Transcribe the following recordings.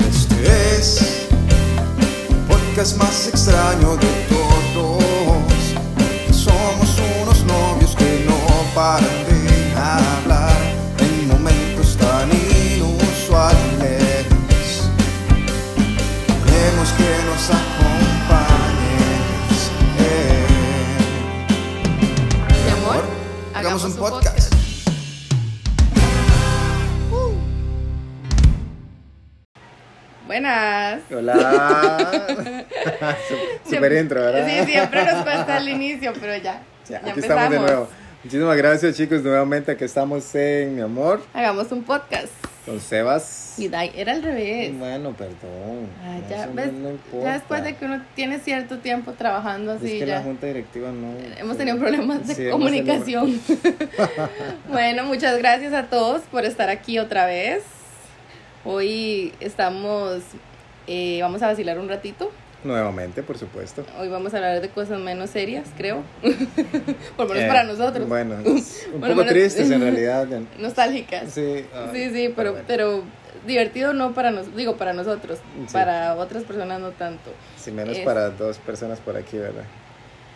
este es podcast más extraño de todos. Somos unos novios que no paran de hablar en momentos tan inusuales. Queremos que nos acompañes. eh. Mi amor, hagamos un podcast. Buenas. Hola. Super Siempre- intro, ¿verdad? Sí, siempre nos cuesta al inicio, pero ya. Ya, Ya, aquí empezamos. estamos de nuevo. Muchísimas gracias, chicos. Nuevamente, aquí estamos en Mi Amor Hagamos un podcast. con Sebas. Y Dai, era al revés. Bueno, perdón. Ah, No, ya, eso no- ves, no importa. ya después de que uno tiene cierto tiempo trabajando Es así, que ya la junta directiva no. hemos tenido problemas de Sí, hemos tenido- comunicación. bueno, muchas gracias a todos por estar aquí otra vez. Hoy estamos, eh, vamos a vacilar un ratito. Nuevamente, por supuesto. Hoy vamos a hablar de cosas menos serias, creo. Por lo menos Eh, para nosotros. Bueno, es un Por lo poco menos- tristes en realidad. ya- Nostálgicas. Sí, Sí, ah, sí, pero, bueno, pero divertido no para nosotros, digo para nosotros, Sí. para otras personas no tanto. sí, menos es- para dos personas por aquí, ¿verdad?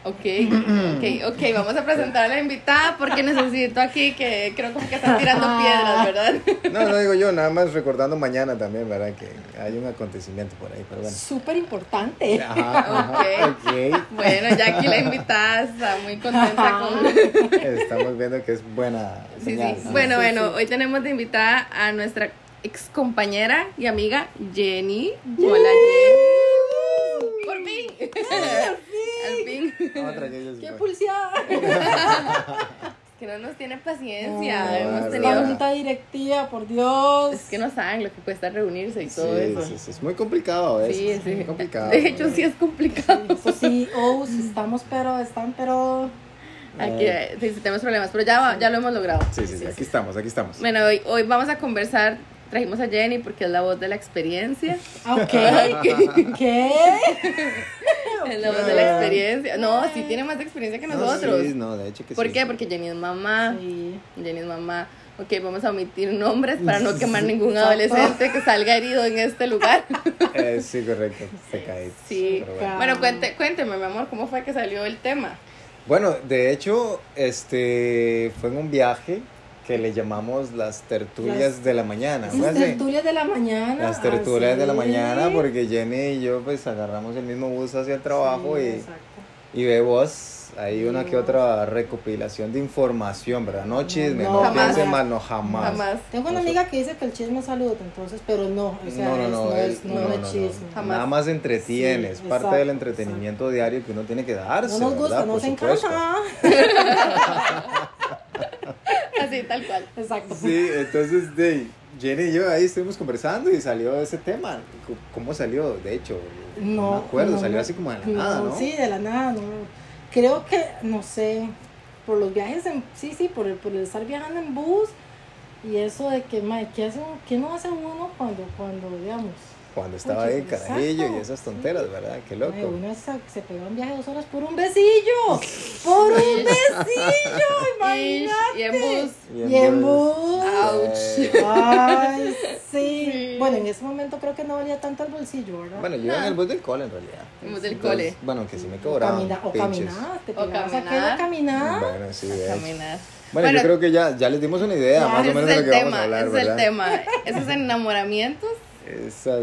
Ok, ok, ok, vamos a presentar a la invitada porque necesito aquí que creo como que están tirando piedras, ¿verdad? No, no digo yo, nada más recordando mañana también, ¿verdad? Que hay un acontecimiento por ahí, pero bueno. súper importante. Ajá, ajá, ok. Bueno, ya aquí la invitada está muy contenta con... Estamos viendo que es buena Sí, señal. sí. ¿no? Bueno, Sí, bueno, sí. hoy tenemos de invitada a nuestra ex compañera y amiga Jenny. Hola Jenny. Por fin. Al fin. Otra ya- ya se ¡Qué fue. pulseada! Que no nos tiene paciencia. Ah, Hemos verdad. La tenido. junta directiva, por Dios. Es que no saben lo que cuesta reunirse y todo Sí, eso. sí, sí, es muy complicado a veces. Sí, es muy sí. complicado. De hecho, sí es complicado. Eso sí, oh, sí, estamos, pero están, pero. Aquí eh, sí, tenemos problemas, pero ya, va- ya lo hemos logrado. Sí, sí, sí, aquí estamos, aquí estamos. Bueno, hoy, hoy vamos a conversar. Trajimos a Jenny porque es la voz de la experiencia. Ah, Ok. ¿Qué? Es la voz de la experiencia. No, sí tiene más experiencia que Ah. No, nosotros. sí, no, de hecho que ¿Por sí. qué? Porque Jenny es mamá. Sí. Jenny es mamá. Ok, vamos a omitir nombres para no quemar ningún Exacto. adolescente que salga herido en este lugar. Eh, sí, correcto, pecadito. Sí. pero bueno. Bueno, cuente, cuénteme, mi amor, ¿cómo fue que salió el tema? Bueno, de hecho, este fue en un viaje que le llamamos las tertulias Las- de la mañana. Esas ¿no? Sí. tertulias Ah, de la mañana. pues Las tertulias de la así. mañana, porque Jenny y yo pues agarramos el mismo bus hacia el trabajo Sí, y... exacto. Y ve vos, hay una que otra recopilación de información, ¿verdad? No chisme, no, No, jamás. piensen mal, no jamás. Jamás. Tengo una amiga que dice que el chisme es salud, entonces, pero no. O sea, No, no, es- no, es, es- no, no, es no, chisme. Jamás. Nada más entretiene, es Sí, parte exacto, del entretenimiento diario que uno tiene que darse. No nos gusta, ¿verdad? nos Por supuesto. encanta. Así, tal cual. Exacto. Sí, entonces de, Jenny y yo ahí estuvimos conversando y salió ese tema. C- ¿Cómo salió? De hecho, no, No. me acuerdo, no, salió no. así como de la nada, ¿no? Sí, de la nada, no. Creo que, no sé, por los viajes, en, sí, sí, por el, por el estar viajando en bus y eso de que, mae, ¿qué, hace, ¿qué no hace uno cuando, cuando digamos? Cuando estaba Oye, ahí, carajillo y exacto, esas tonteras, ¿verdad? Qué loco. Mae, uno se, se pegó un viaje de dos horas por un besillo, por un besillo, Y, imagínate. y en bus. Y en bus. Ouch. Ay, sí. Sí. Bueno, en ese momento creo que no valía tanto el bolsillo, ¿verdad? Bueno, yo iba en el bus del cole en realidad. El bus del Entonces, cole. Bueno, que sí me o, cobraban. camina, o pinches. caminabas, te O pegabas aquello caminar. a caminar. Bueno, sí, de hecho. Caminar. Bueno, yo creo que ya, ya les dimos una idea Ya, más o ese menos es de lo el que vamos tema, a hablar, ese es el ¿verdad? tema. Esos enamoramientos, Esas...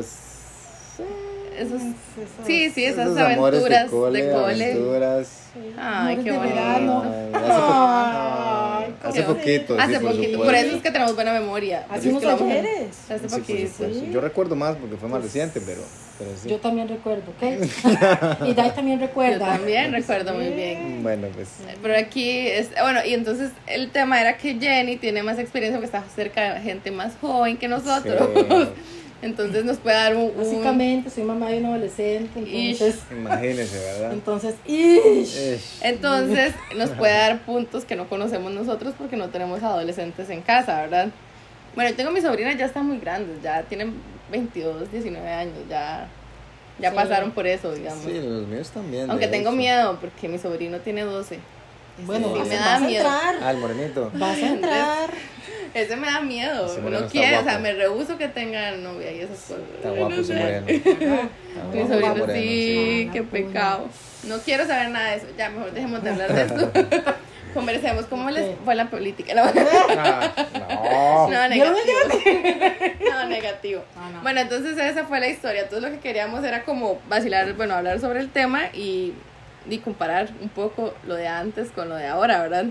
esos... Eso Sí, sí, esas esos amores aventuras de cole, aventuras. Ay, qué de bonito. verano. Ay, Ay, hace, po- hace cómo poquito, Pues sí, Hace por poquito, supuesto. por eso es que tenemos buena memoria. porque Así unos es que lo vamos a- ayeres. Hace Sí, por poquito. Pues, supuesto. Yo recuerdo más porque fue más reciente, pero, pero sí. Yo también recuerdo, ¿ok? y Dai también Yo recuerda. también recuerdo muy bien. Bueno, pues... Pero aquí es, bueno, y entonces el tema era que Jenny tiene más experiencia porque está cerca de gente más joven que nosotros. sí, Entonces nos puede dar un... un- Básicamente, soy mamá de un adolescente, entonces. imagínense, ¿verdad? Entonces, ¡ish! Ish. Entonces nos puede dar puntos que no conocemos nosotros porque no tenemos adolescentes en casa, ¿verdad? Bueno, yo tengo mis sobrinas, ya están muy grandes, ya tienen 22, 19 años, ya, ya Sí. pasaron por eso, digamos. Sí, los míos también. de Aunque tengo hecho. miedo porque mi sobrino tiene 12. Bueno, Sí, vas, me a- da vas a miedo. entrar. Ah, el morenito. Vas a entrar. Ese me da miedo. Ese Moreno no está quiere, o sea, guapo. me rehuso que tenga novia y esas cosas. Está No guapo ese sé. moreno. ¿verdad? Está Mi guapo, sobrino, Ah, moreno, sí, sí. qué Una puña. pecado. No quiero saber nada de eso. Ya, mejor dejemos de hablar de esto. Conversemos cómo les Ok. fue la política. No, Ah, no, no. Yo negativo. No, negativo. No, no. Bueno, entonces esa fue la historia. Entonces lo que queríamos era como vacilar, bueno, hablar sobre el tema y, y comparar un poco lo de antes con lo de ahora, ¿verdad?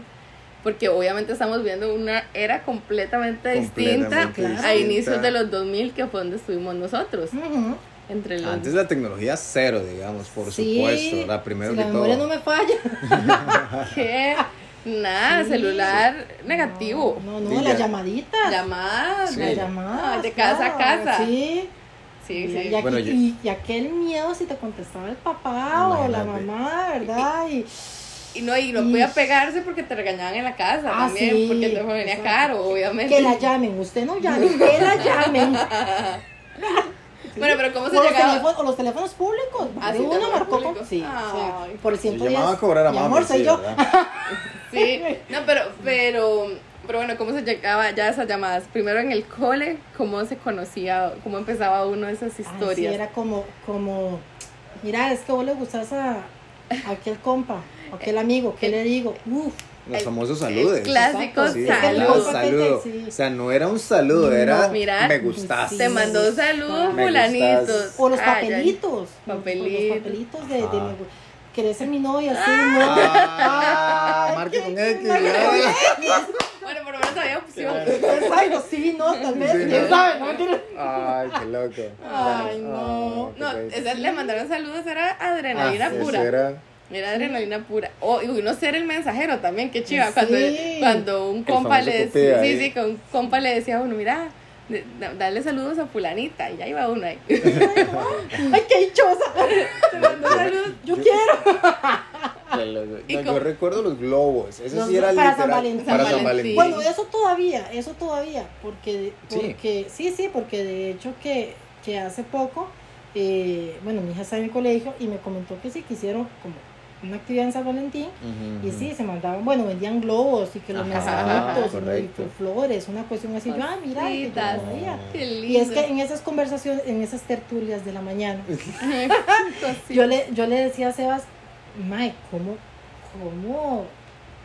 Porque obviamente estamos viendo una era completamente, distinta Completamente a distinta. inicios de los 2000, que fue donde estuvimos nosotros. Ujú. Entre los Antes la tecnología cero, digamos, por Sí, supuesto. La primero si que la todo. memoria no me falla. ¿Qué? Nada, Sí. celular negativo. No, no, Sí, las ya. llamaditas. Llamadas. Sí. Las de- llamadas. Ah, de casa a claro, casa. Sí. Sí, y, sí. y aquí- Bueno, yo- y- y aquel miedo si te contestaba el papá o la Imagínate. mamá, ¿verdad? Y, Pues Y no, y no podía pegarse porque te regañaban en la casa Ah, también, sí, porque el teléfono venía exacto. caro, obviamente. que la llamen, usted no llame, que la llamen. Bueno, pero ¿cómo O se los, llegaba? teléfonos, o los teléfonos públicos. Ah, sí, uno teléfonos marcó con, públicos. sí, o sea, Ay. por el Yo 110. llamaba a cobrar a Mi mamá. pues amor, soy yo. Sí, no, pero, pero, pero bueno, ¿cómo se llegaba ya a esas llamadas? Primero en el cole, ¿cómo se conocía, cómo empezaba uno esas Ay, sí, historias? era como, como, mira, es que vos le gustas a, a aquel compa, a aquel amigo, ¿qué le digo? Uf, Los El- famosos el saludos. clásico Sí, el Saludos. saludo. clásico saludo. Sí. O sea, no era un saludo, era Mira, me gustaste. Te mandó Sí. saludos, Me fulanitos. Ah, gustas. o los Ay, ay. papelitos. los- Papelito. Los papelitos de, de Ajá. mi- querés ser mi novia, sí, Ah, no. marque con Ay, X, marque ya. con Bueno, por lo menos había opción. Exacto, sí, no, tal vez, Sí, quién no. sabe, no mentira. Ay, qué loco. Ay, no. No, esa, le mandaron saludos, era adrenalina Ah, sí, pura. eso era Era adrenalina pura. Oh, y uno ser el mensajero también, qué chiva. Sí. Cuando, cuando un compa famoso le copia decía, sí, ahí. sí, con un compa le decía a uno, mira, de- da- dale saludos a fulanita. Y ya iba uno ahí. Ay, qué dichosa. Te mando saludos. Yo quiero. qué loco. ¿Y No, cómo? yo recuerdo los globos. Eso Los sí era globos para literal. San Valentín. Para San San Valentín. Valentín. Bueno, eso todavía, eso todavía, porque, Sí. porque sí, sí, porque de hecho que, que hace poco, eh, bueno, mi hija está en el colegio y me comentó que sí, que hicieron como una actividad en San Valentín Ujú, y ujú. sí, se mandaban, bueno, vendían globos y que los Ajá, mensajitos y correcto. que flores, una cuestión así, yo, ah, mira, que yo no Cositas. sabía. Qué lindo. Y es que en esas conversaciones, en esas tertulias de la mañana, Cosita. yo le, yo le decía a Sebas, Mae, ¿cómo, cómo,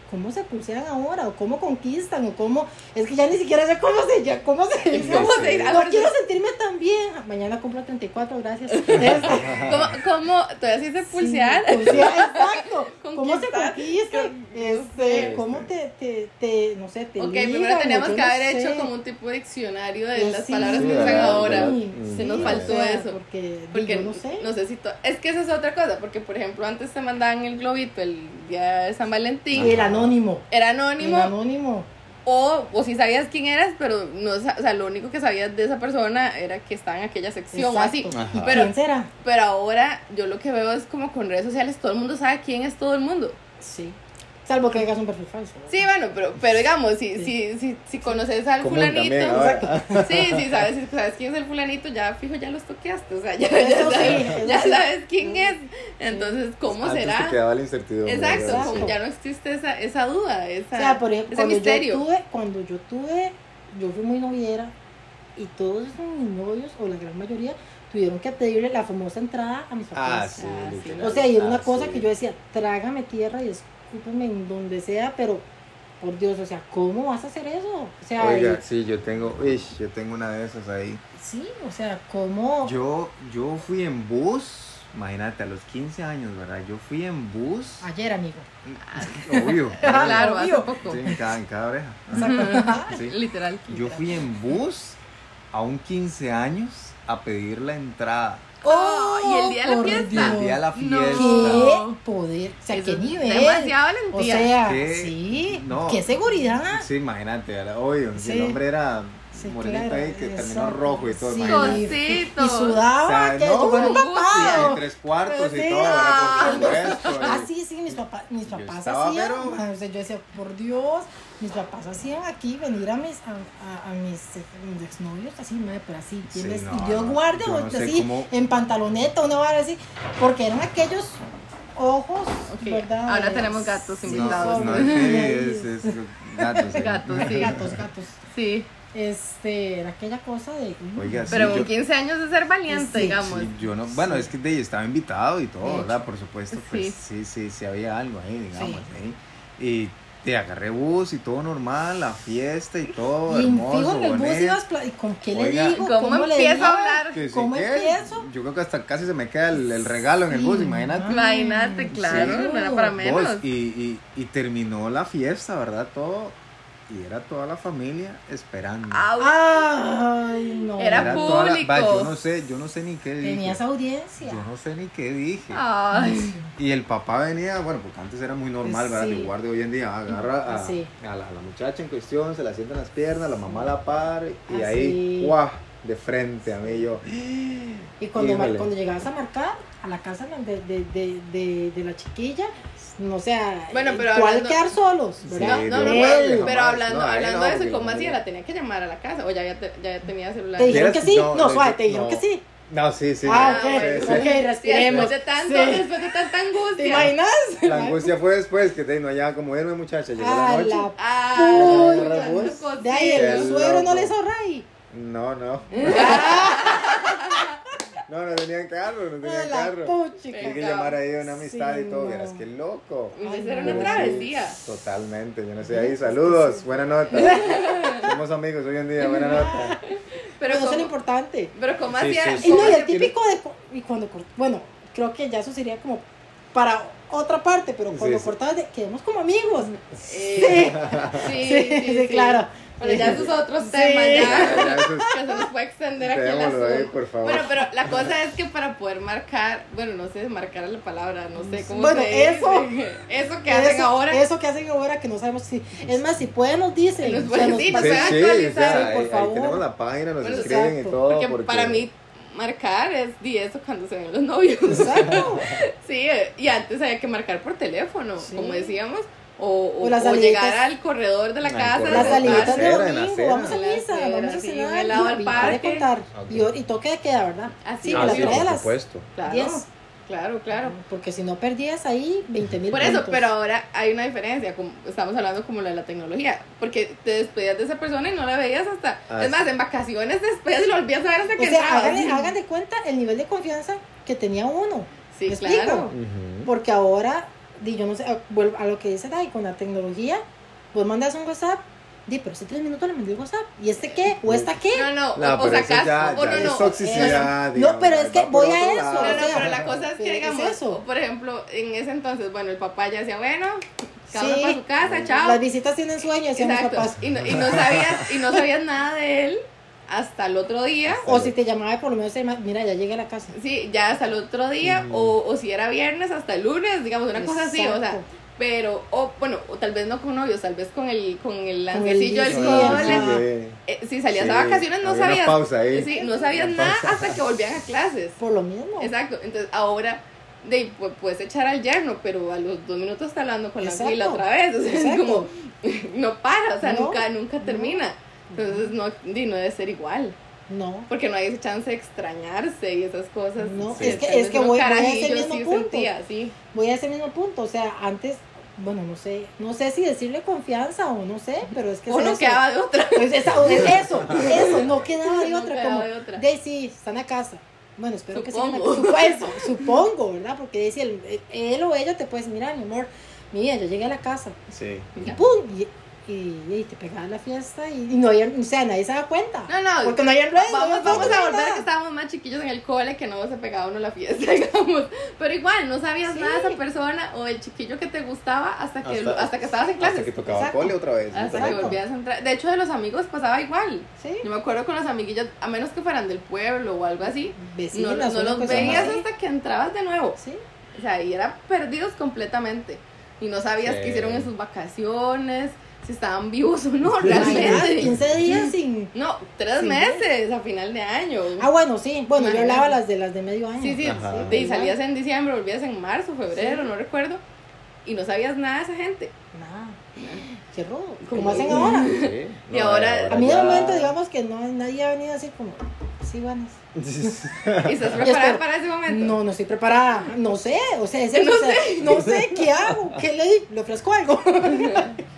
cómo se pulsean ahora? ¿O cómo conquistan? ¿O cómo? Es que ya ni siquiera sé cómo se ya, cómo se Sí, cómo sí. se Ah, No quiero sentirme tan bien. Mañana compro 34, gracias. Este, ¿Cómo, ¿Cómo? ¿Todavía sí se pulsear? sí, pulsear, exacto. ¿Cómo se Conquistar. conquistan? Este, Este. ¿Cómo te, te, te, no sé, te ok, ligan, primero o teníamos yo que no haber sé. hecho como un tipo de diccionario de Sí, las sí, palabras que Sí, usan ¿verdad? ahora. Sí, se nos sí, faltó o sea, eso. Porque, Porque yo no sé. si to- es que esa es otra cosa, porque por ejemplo antes te mandaban el globito el día de San Valentín, El anónimo. era El anónimo, Ah. anónimo. o, o si sabías quién eras, pero no, sa- o sea, lo único que sabías de esa persona era que estaba en aquella sección o así. Exacto. Ajá. Pero- ¿Quién será? Pero ahora yo lo que veo es como con redes sociales todo el mundo sabe quién es todo el mundo. Sí. Salvo que hagas un perfil falso. ¿verdad? Sí, bueno, pero, pero digamos, si, si, si, si conoces al Común fulanito, también, ahora. sí, sí, sabes, si sabes quién es el fulanito, ya fijo, ya los toqueaste, o sea, ya, Eso ya sí, sabes, eso ya sí. sabes quién es. Entonces, ¿cómo Antes será? Ah, te quedaba la incertidumbre. Exacto, ¿verdad? como Exacto. ya no existe esa, esa duda, esa, O sea, pues, por ejemplo, ese cuando misterio. yo tuve, cuando yo tuve, yo fui muy noviera y todos mis novios, o la gran mayoría, tuvieron que pedirle la famosa entrada a mis Ah, papás. sí, Ah, sí. literal. o sea, y era una Ah, cosa sí. que yo decía, trágame tierra y escúpeme en donde sea, pero por Dios, o sea, ¿cómo vas a hacer eso? O sea, Oiga, y- sí, yo tengo, ish, yo tengo una de esas ahí. sí, o sea, ¿cómo? Yo, yo fui en bus, imagínate, a los 15 años, ¿verdad? Yo fui en bus, Ayer, amigo. obvio. claro, hace Obvio. poco. Sí, en cada, en cada oreja. Sí. Literal. Yo fui en bus a un 15 años a pedir la entrada. Oh, y el día de la por fiesta. El día de la No. fiesta. ¿Qué poder? O sea, Eso ¿qué es nivel? Demasiada O valentía. sea, ¿Qué? sí, No. qué seguridad. Sí, imagínate, era obvio. Sí. El hombre era Sí, morenito claro, ahí que terminó exacto. rojo y todo. Sí. imagínate. Cosito. Y sudaba, O sea, que no, como un sí, tapado. Y tres cuartos Sí. y todo, era por supuesto, y- Ah, sí, sí, mis papás, mis Yo papás estaba, hacían, pero- ma, o sea, yo decía, por Dios, mis papás hacían aquí venir a mis, a, a- a mis, eh, mis exnovios así, madre, pero así, Sí, tienes, no, y Dios no, guarde, yo o no sé así, cómo- en pantaloneta, una vara así, porque eran aquellos ojos, Ok, ¿verdad? ahora tenemos gatos invitados. Sí, no, no, sí, es, es- es gatos. eh. Gatos, sí. Gatos, gatos. Sí, Este, era aquella cosa de. mm, Oiga, sí, pero yo- con 15 años de ser valiente, Sí. digamos. sí, yo no, bueno, es que de ahí estaba invitado y todo, Sí. ¿verdad? Por supuesto, pues Sí. sí, sí, sí, había algo ahí, digamos. Sí. ¿eh? Y te agarré bus y todo normal, la fiesta y todo, y fijo oh, hermoso. en el bus bonito. ibas. pla- ¿Y con qué Oiga, le digo? ¿Cómo le empiezo digo? a hablar? Que sí, ¿Cómo que empiezo? Yo creo que hasta casi se me queda el, el regalo en el bus, Sí, imagínate. Imagínate, claro, Mm. Sí. no era para menos. Vos, y, y, y terminó la fiesta, ¿verdad? Todo. Y era toda la familia esperando. Ah, Au. Ay, no. Era toda la- va, yo público. no sé, yo no sé ni qué dije. Tenías Ah, audiencia. Yo no sé ni qué dije. Ay, Y el papá venía, bueno, porque antes era muy normal, ¿verdad? Sí. El guardia hoy en día agarra a, Así. a la, a la muchacha en cuestión, se la sienta en las piernas, la mamá la par y Así. ahí, ¡guau! De frente a mí y yo. Y cuando, mar- Híjole. cuando llegabas a marcar a la casa de, de, de, de, de la chiquilla, no sé, eh, Bueno, pero ¿cuál hablando- quedar solos? Sí, ¿verdad? no, no, no, Él. pero, pero Jamás, hablando, no, ahí hablando no, de eso, porque ¿cómo no. hacía? ¿La tenía que llamar a la casa? ¿O ya, había te- ya tenía celular? ¿Te dijeron que ¿Quieres? sí? No, No, de suave, hecho, te dijeron no. que sí. No, sí, sí. Ah, sí, ok, sí, sí. ok, Sí, después respiremos. de tanto, Sí. después de tanta angustia. ¿Te imaginas? La angustia fue después que de, no ya como irme muchacha, llegó A la noche. la Ah, Uy, tanto Dios. cosito. De ahí Qué el suegro loco. no le hizo ray. No, no. no, no tenían carro, no A tenían Ah, la carro. Hay que puchica. Venga. llamar ahí a una amistad Sí, y todo, no. verás qué loco. Entonces Ay, era no. una travesía. Totalmente, yo no sé ahí. Saludos, buena nota. Somos amigos hoy en día, buena nota. Pero Pero eso es lo cómo, importante. pero cómo Sí, hacía... Eh, sí, Y no, y el Sí. típico de. cu- Y cuando cort- Bueno, creo que ya eso sería como para otra parte, pero cuando Sí, sí. cortabas, de, quedemos como amigos. Eh, sí, Sí, sí, sí, claro. Bueno, ya esos otros Sí. temas, ya. Ya, ya, eso es- que se nos puede extender aquí el Démoslo ahí, asunto. por favor. Bueno, pero la cosa es que para poder marcar, bueno, no sé, marcar la palabra, no sé cómo Bueno, se eso. dice. Eso que hacen Eso- ahora. Eso que hacen ahora que no sabemos si. Es más, si pueden, nos dicen. Nos o sea, pueden decir, Sí, Pues pasan- pueden sí, o actualizar, sea, por ahí, ahí favor. tenemos la página, nos Bueno, escriben y exacto, todo. porque, para mí marcar es di eso cuando se ven los novios. Exacto. sí, eh, y antes había que marcar por teléfono, Sí. como decíamos, o, o- O las o saliditas. llegar al corredor de la Al casa. corredor. Las En la saliditas de acera, en la domingo, acera. vamos a En la misa, acera, vamos a sí, cenar. un helado y- al y para de parque. contar. Ok. Y, hor- y toque de queda, ¿verdad? Así, Sí, Ah, la sí, claro, por supuesto. claro, diez. claro, claro. Porque si no perdías ahí 20 mil Por eso, pero ahora hay una diferencia, como- estamos hablando como lo de la tecnología, porque te despedías de esa persona y no la veías hasta, Ah, es más, en vacaciones te despedías y lo olvidas a ver hasta que O sea, entrabas. háganle, hagan de cuenta el nivel de confianza que tenía uno. Sí, ¿me claro. Porque ahora, di, yo no sé, ah, vuelvo a lo que dice Dai, con la tecnología, vos mandas un WhatsApp, di, pero hace tres minutos le mandé el WhatsApp. ¿Y este qué? ¿O esta qué? Eh, No, no, No, o, o pero eso sacas, ya, o ya no, es no. toxicidad. No, digamos, pero es va que por voy otro a eso, lado. No, no, o sea, pero la cosa es que, ¿qué es digamos, eso? por ejemplo, en ese entonces, bueno, el papá ya decía, bueno, cada uno Sí. para su casa, chao. Las visitas tienen sueño, decían mis Exacto. papás. Y no, y no sabías, y no sabías nada de él hasta el otro día. O si te llamaba, por lo menos, te llama- mira, ya llegué a la casa. Sí, ya hasta el otro día, Mm. o, o si era viernes, hasta el lunes, digamos, una cosa así, o sea, Exacto. pero, o bueno, o tal vez no con novios, tal vez con el, con el el angelillo del Sí, No, no, hola. cole. sí, sí. Eh, si salías Sí, a vacaciones no había una sabías, pausa ahí. sí, no sabías Una nada pausa. hasta que volvían a clases. Por lo mismo. Exacto, entonces ahora de, pu- puedes echar al yerno, pero a los dos minutos está hablando con la Exacto. anguila otra vez, o sea, es Exacto. como no para, o sea, No. nunca, nunca termina. Entonces no, di, no debe ser igual, No. porque no hay esa chance de extrañarse y esas cosas. No, Sí, es que- tal es vez que uno voy- voy a ese carajillo mismo sí punto. sentía, sí. voy a ese mismo punto, o sea, antes, bueno, no sé, no sé si decirle confianza o no sé, pero es que es Uno eso. quedaba de otra. Pues esa- o es eso, eso, no quedaba de No otra, quedaba como, de otra. de sí, están a casa, bueno, espero Supongo. que sí, eso, supongo, ¿verdad? Porque de, si él, él o ella te puedes mirar, mi amor, mira, yo llegué a la casa, Sí. y pum, y, y- y te pegaba la fiesta, y, y no había, o sea, nadie se da cuenta, No, no, porque no había redes, Vamos, no había vamos a fotos, volver a que nada. estábamos más chiquillos en el cole, que no se pegaba uno la fiesta, digamos. Pero igual, no sabías Sí. nada de esa persona o del chiquillo que te gustaba hasta que, Hasta- hasta que estabas en clases. Hasta que tocaba Exacto. cole otra vez. ¿no? Hasta que Exacto. volvías a entrar. De hecho, de los amigos pasaba igual. Sí, Yo me acuerdo con los amiguillos, a menos que fueran del pueblo o algo así, no, vecinas, no una los cosa veías así. hasta que entrabas de nuevo. Sí, O sea, y eran perdidos completamente. Y no sabías Sí. qué hicieron en sus vacaciones, si estaban vivos o no, Imagínate, realmente. 15 días sin... No, tres Sí. meses a final de año. Ah, bueno, sí. Bueno, yo Imagínate. hablaba las de las de medio año. Sí, sí, Ajá. sí, y salías en diciembre, volvías en marzo, febrero, no recuerdo, y no sabías nada de esa gente. Nada. Qué rudo. Como Como hacen yo. ahora. Sí. Y ahora- A mí de ya- momento, digamos que no nadie ha venido así como. sí, buenas. ¿Y estás Y espero- preparada para ese momento? No, no estoy preparada. No sé, o sea, ese- No o sea, no sé qué hago, qué le, le ofrezco algo.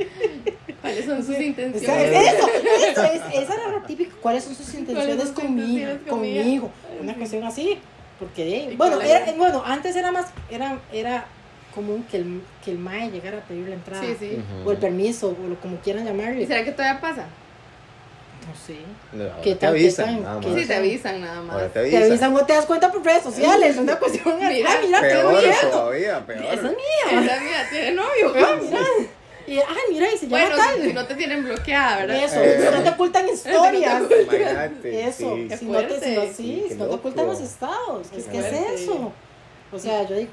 ¿Cuáles son sus O intenciones? sea, es eso, eso, es, esa era lo típico. ¿Cuáles son sus ¿Cuáles intenciones son tus conmigo? intenciones conmigo? Conmigo. Una cuestión así. Porque, eh, ¿Y bueno, cuál era? era- bueno, antes era más, era, era común que el, que el MAE llegara a pedir la entrada. Sí, sí. Ujú. O el permiso, o lo, como quieran llamarle. ¿Y será que todavía pasa? No sé. No, ahora ¿Qué te tal, qué avisan, tal? nada ¿Qué más. Sí, te avisan nada más. Ahora te Te avisan. avisan, no te das cuenta por redes sociales. Una cuestión. Mira, ah, mira, qué Peor bonito. todavía, Esa es peor. mía. Esa mía tiene novio. Ah, mira. Y, ah, mira, y se llama Bueno, tal. si no te tienen bloqueada, ¿verdad? Eso, Eh. si no te ocultan historias. Imagínate, Eso, sí. Qué si no te, si no, fuerte. sí, Sí, qué si no te loco. ocultan los estados, ¿qué, Qué qué fuerte. es eso? O sea, yo digo,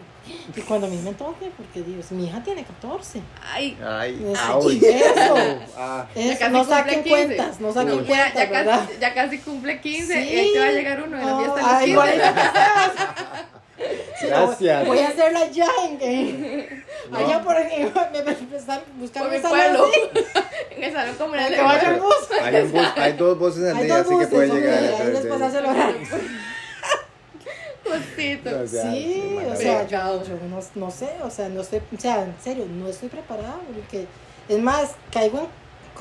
y cuando a mí me toque, porque Dios, mi hija tiene 14. Ay, Ay, Eso, ay. eso. Ah, Eso, casi no cumple saquen 15. cuentas, no saquen ya, cuentas, ya ¿verdad? casi, ya casi cumple 15 Sí. y ahí te va a llegar uno de la No, fiesta ah, de los igual 15. gracias. Voy a hacerla allá en que. eh. Allá por ejemplo, me, me, me están buscando Por mi un salón pueblo. así, en el salón comunal para de que vaya el bus. ah, Hay, un bus- hay dos buses al Hay día, dos así que buses, puedes hombre, llegar. a ahí les hacer- pasas el horario. Justito. O sea, sí, o maravilloso. sea, yo, yo no, no sé, o sea, no estoy, o sea, en serio, no estoy preparada, porque es más, caigo en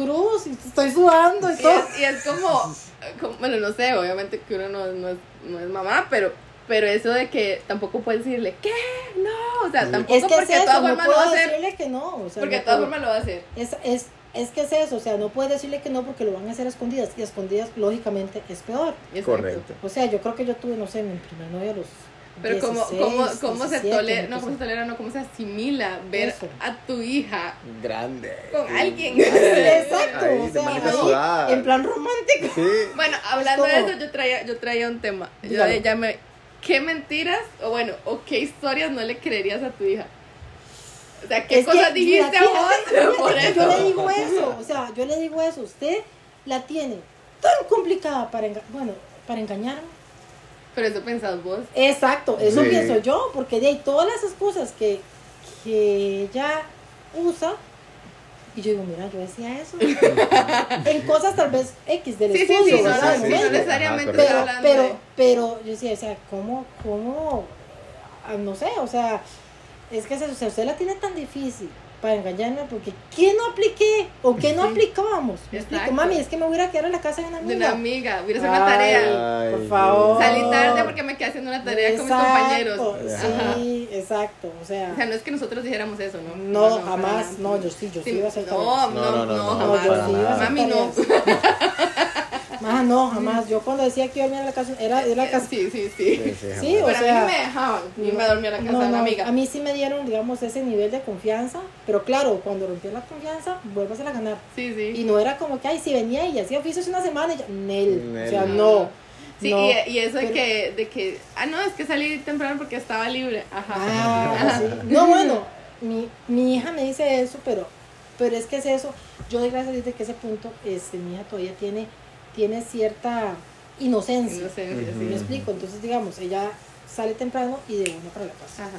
cruz y estoy sudando y Y todo. es, y es como, como- bueno, no sé, obviamente que uno no, no es, no es mamá, pero, pero eso de que tampoco puedes decirle, ¿qué? No, o sea, Sí. tampoco Es que es porque de todas eso, no formas lo va a puedo hacer. decirle que no, o sea, Porque no de todas puedo. formas lo va a hacer. es, es, es que es eso, o sea, no puedes decirle que no porque lo van a hacer a escondidas y a escondidas, lógicamente, es peor. Exacto. Correcto. O sea, yo creo que yo tuve, no sé, mi primer novio a los Pero como cómo, 16, cómo, cómo se 17, tolera, no, una cómo se cosa tolera, no, cómo se asimila ver Eso. a tu hija Grande. con sí. alguien. Exacto, Ahí, o de sea, manita ahí, sudada. en plan romántico. Sí. Bueno, hablando de como- eso, yo traía, yo traía un tema. Yo Dígalo. de- ya me, ¿Qué mentiras o bueno, o qué historias no le creerías a tu hija? O sea, ¿qué Es que, cosas mira, dijiste fíjate, vos fíjate, por Yo le eso? digo eso, o sea, yo le digo eso, usted la tiene tan complicada para, enga- bueno, para engañarme. Pero eso pensás vos. Exacto, eso Sí. pienso yo, porque de ahí todas las excusas que, que ella usa, y yo digo, mira, yo decía eso. en cosas tal vez X del Sí, sí, estudio, sí, no, ¿verdad? no, sí, Del sí, no momento. necesariamente Ajá, pero, estoy hablando de- pero, pero yo decía, o sea, ¿cómo, cómo? Ah, No sé, o sea, es que es eso, o sea, usted la tiene tan difícil para engañarme porque ¿qué no apliqué? ¿O qué no aplicábamos? Me explico, Exacto. mami, es que me voy a ir a quedar en la casa de una De amiga. una amiga, voy a hacer una Ay, tarea. Ay, por sí. favor. Salí tarde porque me quedé haciendo una tarea con mis Exacto, compañeros. Ajá. Sí, exacto, o sea, O sea, no es que nosotros dijéramos eso, ¿no? no, para nada. jamás, no, yo sí, yo sí, Sí, iba a hacer no, no, tareas. no, No, no, no, no, yo jamás. sí iba a hacer Mami, no. tareas. Ma, no, jamás, yo cuando decía que iba a venir a la casa, era, era Sí, casi... sí, sí. Sí, sí, Sí, jamás. o Pero a sea, mí no me dejaban, ni me dormía en la casa no, de una no, amiga. A mí sí me dieron, digamos, ese nivel de confianza, pero claro, cuando rompí la confianza, vuelvas a ganar. Sí, sí. Y no era como que, ay, si venía y hacía oficios una semana, y yo, Nel, Nel. o sea, no. Sí, no. y, y eso de pero- que, de que, ah, no, es que salí temprano porque estaba libre. Ajá. Ah, sí. No, bueno, mi, mi hija me dice eso, pero, pero es que es eso. Yo doy gracias a Dios de que ese punto, este, mi hija todavía tiene, tiene cierta inocencia. Inocencia, Ujú. ¿Me sí. explico? Entonces, digamos, ella sale temprano y de una para la casa. Ajá.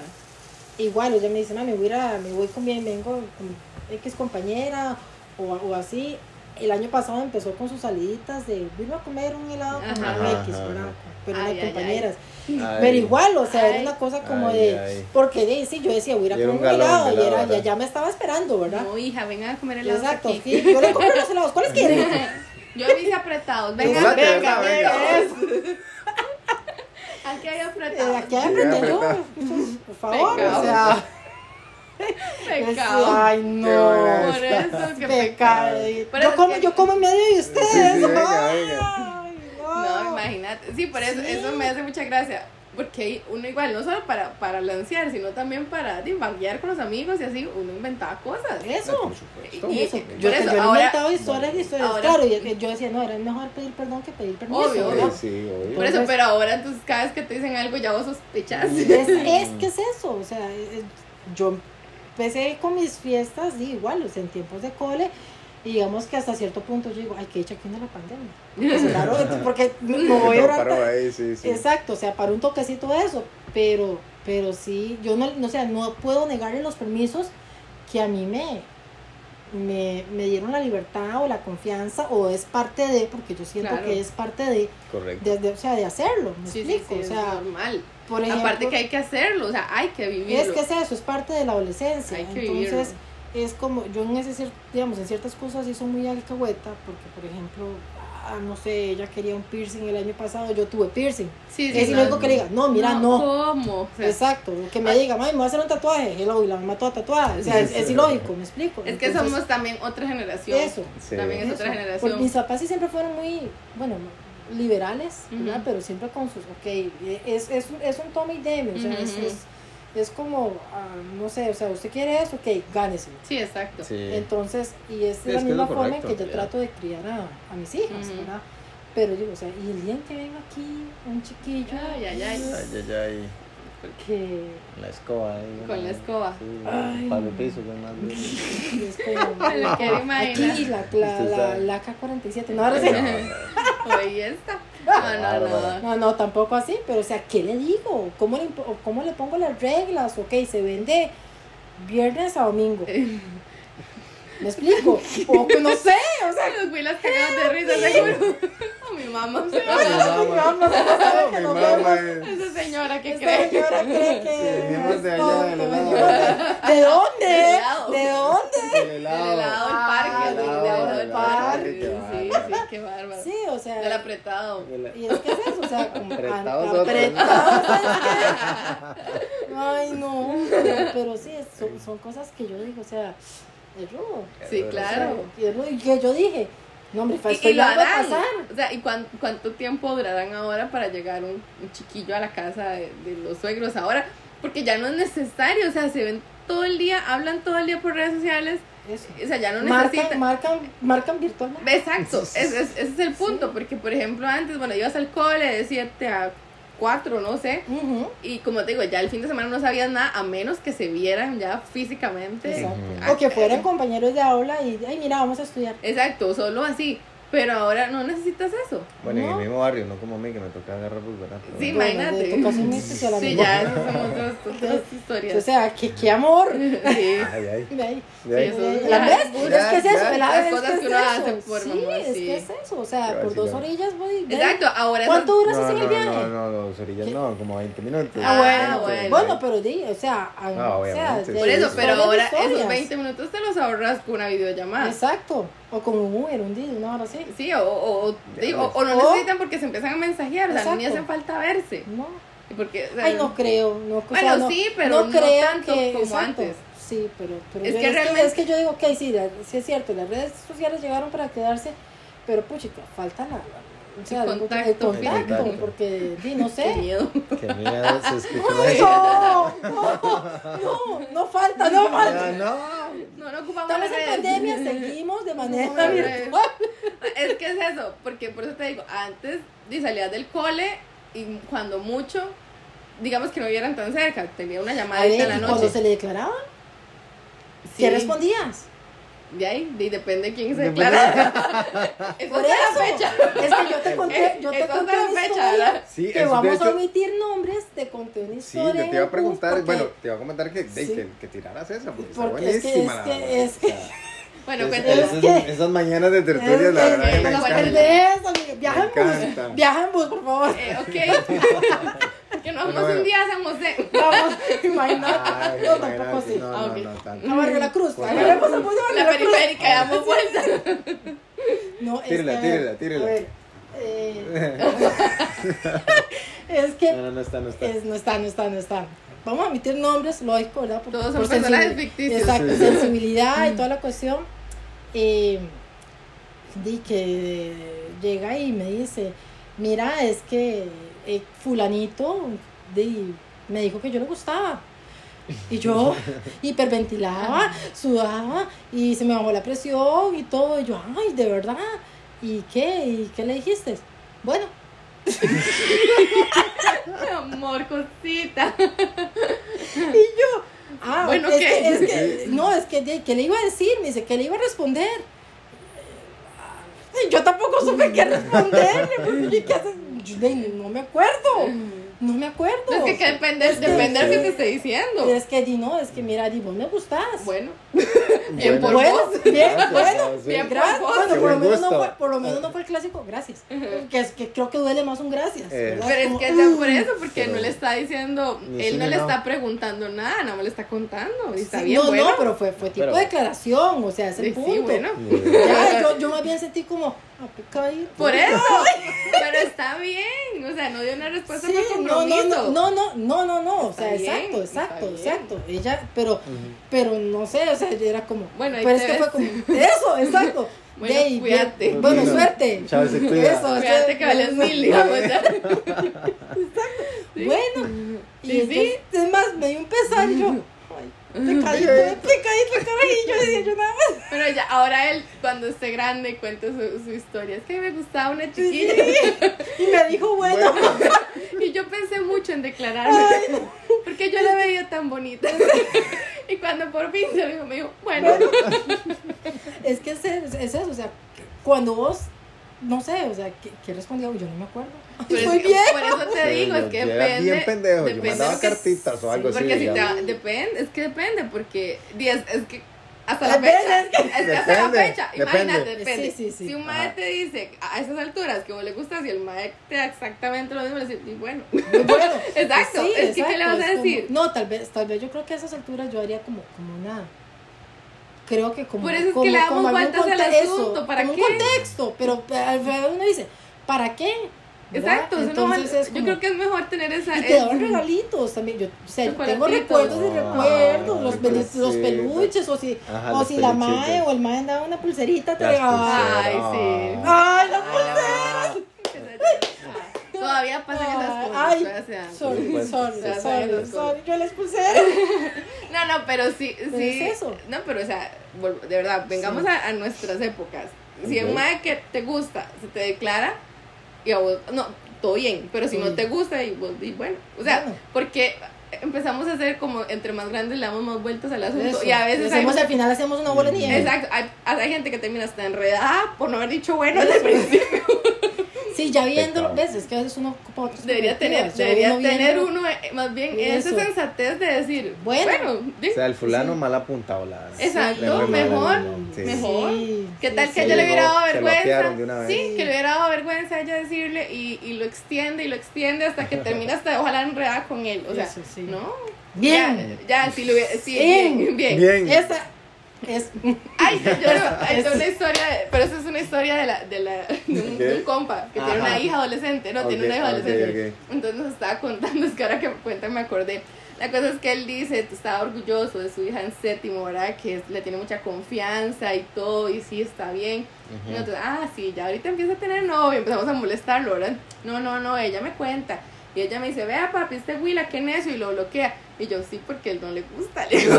Igual, ella me dice, mami, voy a ir a- me voy con mi, vengo con X compañera o, o así. El año pasado empezó con sus saliditas de, vino a comer un helado con Ajá. X, ¿verdad? Pero Ay, eran ay, ay. compañeras. Ay. Pero igual, o sea, era Ay. una cosa como Ay, de. ay. Porque de, sí, yo decía, voy a ir a Y era comer un un galón helado, de y, helado, era, ¿verdad? ya me estaba esperando, ¿verdad? No, hija, vengan a comer helado. Exacto, aquí. sí, yo le compré los helados, ¿cuáles quieren? Yo me hice apretados. Vengan, Chocolate, vengan, ¿verdad? Venga. vengan. Eso, Aquí hay eh, apretados. Aquí aprendí yo, apretado. por favor, Pecado. o sea, yo Pecado. decía, ay buena no, Por eso que pecado. pecado, Pero yo es como, que- yo como en medio de ustedes, Sí, sí, venga, ay, venga. no. No, imagínate. Sí, por eso, Sí. eso me hace mucha gracia. Porque uno igual, no solo para, para lancear, sino también para de, vanguear con los amigos y así, uno inventaba cosas. No, Eso. por supuesto. Y- Eso, por yo, eso, yo le ahora- inventaba historias y historias. ahora- claro, y yo decía, no, era mejor pedir perdón que pedir permiso. Obvio, ¿verdad? obvio. Sí, obvio. Por eso, Entonces- pero ahora entonces cada vez que te dicen algo ya vos sospechas. es, es que es eso, o sea, es- es- yo empecé con mis fiestas sí, igual, o sea, en tiempos de cole, y digamos que hasta cierto punto yo digo, ay, qué hecha aquí de la pandemia. Pues, claro, porque me me voy a Todo orar- paró ahí, sí, sí. Exacto, o sea, para un toquecito de eso, pero, pero sí, yo no, no, o sea, no puedo negarle los permisos que a mí me, me, me dieron la libertad o la confianza o es parte de, porque yo siento Claro. que es parte de, Correcto. de, de- o sea, de hacerlo, me Sí, sí, explico, sí, o es sea, normal. por ejemplo, Aparte que hay que hacerlo, o sea, hay que vivirlo. es que es eso, es parte de la adolescencia, Hay que entonces es como, yo en ese, cier- digamos, en ciertas cosas sí soy muy alcahueta, porque por ejemplo, ah, no sé, ella quería un piercing el año pasado, yo tuve piercing, sí, sí, es sí. lo único que le diga, no, mira, no, ¿Cómo? O sea, ah, Exacto, que me diga, mami, me voy a hacer un tatuaje, hello, y la mamá toda tatuada. O sea, es, es ilógico, ¿me explico? es que Entonces, somos también otra generación. Eso. Sí. También es eso. otra generación. Porque mis papás sí siempre fueron muy, bueno, liberales, ¿verdad? Ujú. Pero siempre con sus, ok, es, es, un- es un tome y deme, o sea, es, Ujú. es, es como, ah, no sé, o sea, usted quiere eso, ok, gáneselo. Sí, exacto. Sí. Entonces, y es de Es la que es lo misma forma en correcto, que yo ya. trato de criar a, a mis hijas, Ujú. ¿verdad? Pero digo, o sea, y el día en que venga aquí un chiquillo Ay, ay, ay. es Ay, ay, ay. que La escoba ahí. Con la escoba. Sí, Ay. palo piso, que es más duro. Y es como, Me lo quiero imaginar. Aquí, la, la, Usted la, sabe. la K-47. No, ahora sí. Hoy está. No, no, no. No, no, tampoco así, pero o sea, ¿qué le digo? ¿Cómo le, impo- o ¿Cómo le pongo las reglas? Ok, se vende viernes a domingo. ¿Me explico? O que no sé, o sea, Los güilas cagados de risa, seguro. O mi mamá. mi mamá, sabe que Mi nos mamá vemos. es. Esa señora que Esta cree. señora cree que Sí, venimos de es allá, de tonto, la- venimos de- ¿De Del dónde? lado. ¿De dónde? El Del helado helado. del parque. Ah, Del del helado lado del del parque. Sí, parque, sí, qué bárbaro. Sí, o sea. Del apretado. Y es que es eso, o sea, como Apretados a- otros. apretados, ¿sabes qué? Ay, no, pero, pero sí, es- son, son cosas que yo digo, o sea, es rudo. Sí, o sea, Claro. y es rudo, y que yo dije, no, hombre, pues, fa- Y, esto y lo ya va a harán. pasar. O sea, ¿y cuán- cuánto tiempo durarán ahora para llegar un, un chiquillo a la casa de, de los suegros ahora? Porque ya no es necesario, o sea, se ven todo el día, hablan todo el día por redes sociales, Eso. o sea, ya no Marcan, necesitan. marcan, marcan virtualmente. Exacto, es- es- ese es el punto, porque por ejemplo antes, bueno, ibas al cole de 7 a 4, no sé, Ujú, y como te digo, ya el fin de semana no sabías nada a menos que se vieran ya físicamente. exacto. Ah, O que fueran compañeros de aula y, ay, mira, vamos a estudiar. Exacto, solo así, pero ahora no necesitas eso. Bueno, en No. el mismo barrio, no como a mí, que me toca agarrar pues, por barato. Sí, ¿no? imagínate. Bueno, de tu caso, mi especial Sí, amigo. ya, esas son otras, otras O historias. sea, que qué amor. Sí. Ay, ay. Ve ahí. De ahí. eso es- ¿La ves? Ya, es que es eso, ya. ¿verdad? Las Es cosas es que uno eso. hace por Sí, mamá, es sí. que es eso, o sea, Pero por así dos no. orillas voy. ven. Exacto, ahora es- ¿Cuánto duras no, en el no, viaje? no, no, los orillas ¿Qué? no, como 20 minutos. Ah, bueno, Sí, bueno. sí. Bueno, pero di, o sea, No, a- o sea, obviamente. de- Por eso, son pero las ahora esos historias. 20 minutos te los ahorras con una videollamada. Exacto, o con un Uber un día, una hora así. Sí, o, o, o- digo, o no O- necesitan porque se empiezan a mensajear, o sea, ni Exacto. hacen falta verse. No, Y Porque, o sea, ay, no creo, no o sea, Bueno, no- sí, pero no crean tanto como antes. Sí, pero, pero Es yo- que realmente- es que yo digo, ok, sí, la- sí es cierto, las redes sociales llegaron para quedarse, pero puchica, falta la, o sea, El el contacto contacto, físico. porque di, no sé. qué miedo. Qué miedo, se escuchó eso. No, no, no falta, no falta. Ya, no. No, no ocupamos las Estamos en redes. pandemia, seguimos de No, manera no, no. virtual. Es que es eso, porque por eso te digo, antes ni salías del cole y cuando mucho, digamos que no vieran tan cerca, tenía una llamada A ver, en la y cuando noche. se le declaraba, Sí, ¿qué respondías? De ahí, de- depende de quién se Depende. declara. Eso Por es eso, la fecha. es que yo te conté, Eh, yo Eso te es conté la una fecha, historia ¿verdad? Sí, que eso, de vamos a hecho- omitir nombres, te conté una Sí, historia. yo te en iba el a bus preguntar, porque- bueno, te iba a comentar que, de- Sí. que, que tiraras esa, porque, está Porque es que- buenísima, es la que- verdad. es que- O sea, Bueno, es- cuéntanos. cuéntala. esas- esas mañanas de Es tertulia, la que- verdad que es me no que- encanta. de pues, eso, amigo. Viaja en bus, encanta. viaja en bus, por favor. Eh, ok. que nos vamos bueno. un día a San José. Vamos, imagínate. Ay, No, imagínate, tampoco así. No, Ah, no, ok. no, tanto. A Barrio La Cruz, Por agarremos el bus de Barrio La La Cruz. periférica, pues, damos vueltas. No, Tírela, es que, tírela, tírela. A ver, eh, es No, que no, no está, no está. es- no está, no está, no está. Vamos a omitir nombres, lógico, ¿verdad? Por- Todos por son personajes sensibil- ficticios. Mm. Exacto, Sí. sensibilidad y toda la cuestión. Eh, di que llega y me dice, mira, es que eh, fulanito di, me dijo que yo le gustaba. Y yo hiperventilaba, sudaba y se me bajó la presión y todo. Y yo, ay, de verdad. ¿Y qué? ¿Y qué le dijiste? Bueno, Amor, cosita. Ah, Bueno, es ¿qué? que, es que- no, es que, de- que le iba a decir, me dice, que le iba a responder. Y yo tampoco supe qué responderle, porque yo, ¿qué haces? Yo, de- no me acuerdo, no me acuerdo. No, es que, que depende, depende de lo que te esté diciendo. Es que, di, no, es que mira, di, vos me gustás. Bueno, Bien por Bueno, vos. bien, Gracias, bueno, gracias. bien, Gra- por bueno, Qué por lo, buen menos no gusto. fue, por lo menos no fue el clásico, gracias. Ujú. Que, es, que creo que duele más un gracias. Eh. ¿verdad? Pero es Como, que ya "Mm". por eso, porque Pero- no le está diciendo, Ni sí él no ni le no. está preguntando nada, no me le está contando. Y está "Mm, Sí, bien, no, bueno. pues, no, pero fue, fue tipo Pero- de declaración, o sea, es el Sí, sí, punto. bueno. Ya, yo, yo más bien sentí como, ah, pecadito. Por eso, pero está bien, o sea, no dio una respuesta Sí, por no, no, Pues compromiso. no, no, no, no, no, no, o sea, Está bien, exacto, está exacto, bien. exacto. Ella, pero, pero no sé, o sea, yo era como, Bueno, ahí pero te es que ves. fue como, eso, exacto. Bueno, De ahí, bien, cuídate. Bueno, suerte. Chao, se cuida. Eso, es Fíjate que vales mil, digamos, ya. Sí. Bueno, y Sí, sí. entonces, es más, me dio un pesar y yo, ay, pecadito, pecadito, carajillo, y yo, yo nada más. Pero ya, ahora él, cuando esté grande, cuente su, su historia. Es que me gustaba una chiquilla Y me dijo, bueno, pues, y yo pensé mucho en declararme. Porque yo la veía tan bonita. Y cuando por fin se lo dijo, me dijo, bueno, es que es, es- es eso, o sea, cuando vos, no sé, o sea, ¿qué, qué respondió? Yo no me acuerdo. Pero Muy es que- bien. pues, Por eso te digo, es que Yo era depende. bien pendejo, yo depende mandaba lo que- cartitas o algo así, Porque si te digamos. depende, es que depende, porque di, es, es que hasta la Depende, fecha. es Es que hasta la Depende, fecha. depende. Imagínate, depende. Sí, sí, sí. Si un mae Ajá. te dice a esas alturas que vos le gustas y el mae te da exactamente lo mismo, le dices, y bueno. Bueno, pues Exacto, sí, es que ¿qué le vas exacto, a es como- decir? no, tal vez, tal vez yo creo que a esas alturas yo haría como, como nada. Creo que como. Por eso es como- que le damos como algún vueltas al conte- eso, asunto, ¿para como qué? un contexto, pero al final uno dice, ¿para qué? ¿Verdad? Exacto, eso no Entonces vale. es como- yo creo que es mejor tener esa. Y te daban esa- regalitos también. Yo, o sea, yo tengo Chocolatitos. recuerdos y Ah, recuerdos. Los, qué peli- los cosita. peluches, o si, Ajá, o los si la peluchitos. mae o el mae daba una pulserita, te Las regalaba. pulseras. Ay, sí. Ay, ¡Ay, las la pulseras! Ah, Todavía pasan esas cosas. Ay, todavía se dan. Sorry, Bueno, sorry, se hacen sorry, las sorry. Yo las pulseras. No, no, pero sí, sí. es eso. No, pero o sea, vol- de verdad, vengamos Sí. a, a nuestras épocas. Si Ok. es madre que te gusta, se te declara y a vos, no, todo bien, pero si no Mm. te gusta y vos, y bueno, o sea, Bueno. porque empezamos a hacer como entre más grandes le damos más vueltas al asunto Eso. y a veces hay, hacemos, Pues al final hacemos una bola de nieve. exacto, hay, hay gente que termina hasta enredada por no haber dicho bueno desde el principio. Sí, ya viéndolo, Pecado. ves, es que a veces uno ocupa otras Debería tener, perspectivas, ya debería uno tener viendo- uno, eh, más bien, Eso. esa sensatez de decir, Bueno. bueno, bien, O sea, el fulano mal apuntado la exacto, Le fue mal mejor, al mundo, sí. mejor. Sí, ¿Qué sí, tal que sí. a ella le hubiera dado Se lo apearon de vergüenza? una Sí, vez. que le hubiera dado vergüenza a ella decirle y, y lo extiende y lo extiende hasta que termina hasta ojalá enredada con él. O sea, Eso sí. ¿no? Bien. Ya, ya, si lo hubiera. Sí, Bien. bien, bien. Bien. Esa es. Ay, yo no- ay, yo una historia, de- pero esa es una historia de, la, de, la, de un, de un Ok. compa que tiene Ajá. una hija adolescente, no, tiene Ok, una hija ok, adolescente. ok. Entonces nos estaba contando, es que ahora que me cuenta me acordé. La cosa es que él dice, estaba orgulloso de su hija en séptimo, ¿verdad? Que es- le tiene mucha confianza y todo, y sí, está bien. Y nosotros, ah, sí, ya ahorita empieza a tener novio, empezamos a molestarlo, ¿verdad? No, no, no, ella me cuenta. Y ella me dice, vea papi, este Willa, ¿qué necio? Y lo bloquea. Y yo, sí, porque él no le gusta. Le digo,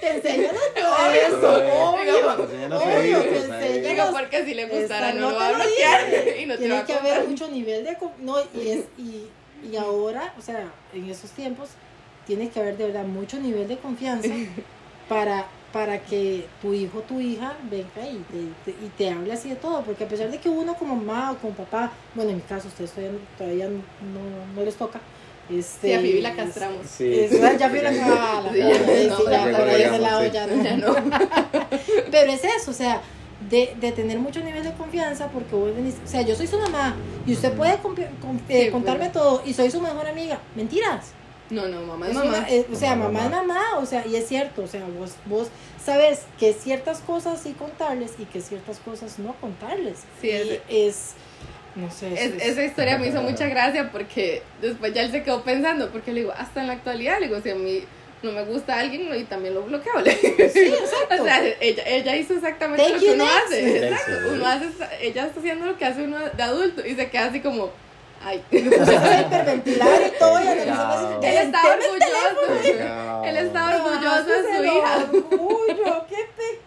Te enseñan todo eso. Obvio. Pues, Obvio, que se Digo, porque si le gustara Esta no lo no va a te lo bloquear y no te va Tiene a que haber contar. mucho nivel de. co- No, y, es, y, y ahora, o sea, en esos tiempos, tiene que haber de verdad mucho nivel de confianza para, para que tu hijo o tu hija venga y te, te- y te hable así de todo. Porque a pesar de que uno como mamá o como papá, bueno, en mi caso, ustedes todavía, todavía no, no les toca. Este, Sí, a Vivi la castramos. Sí. es- ya fui la ah, la- Sí, ya, sí, no, sí, ya, ya, por ese digamos, lado sí. ya no. Ya no. Pero es eso, o sea, de, de tener mucho nivel de confianza porque vos venís, o sea, yo soy su mamá y usted puede compi- com- eh, Sí, contarme bueno. todo y soy su mejor amiga. Mentiras. No, no, mamá es Es mamá. una- eh, o sea, Mamá, mamá, es mamá, o sea, y es cierto, o sea, vos, vos sabes que ciertas cosas sí contarles y que ciertas cosas no contarles. Sí, Y es- es, no sé, Es- eso es- esa historia me hizo mucha gracia porque después ya él se quedó pensando, porque le digo, hasta en la actualidad, le digo, si a mí no me gusta alguien no, y también lo bloqueo. le digo. Sí, exacto. o sea, ella, ella hizo exactamente Thank lo que you, uno next. hace. Thank Exacto. you. Uno hace, ella está haciendo lo que hace uno de adulto y se queda así como, ay, Pues, es hiperventilar y todo y Claro. analizar las- él estaba orgulloso. Pecado. Él estaba orgulloso de su Bajándose el hija. Orgullo, qué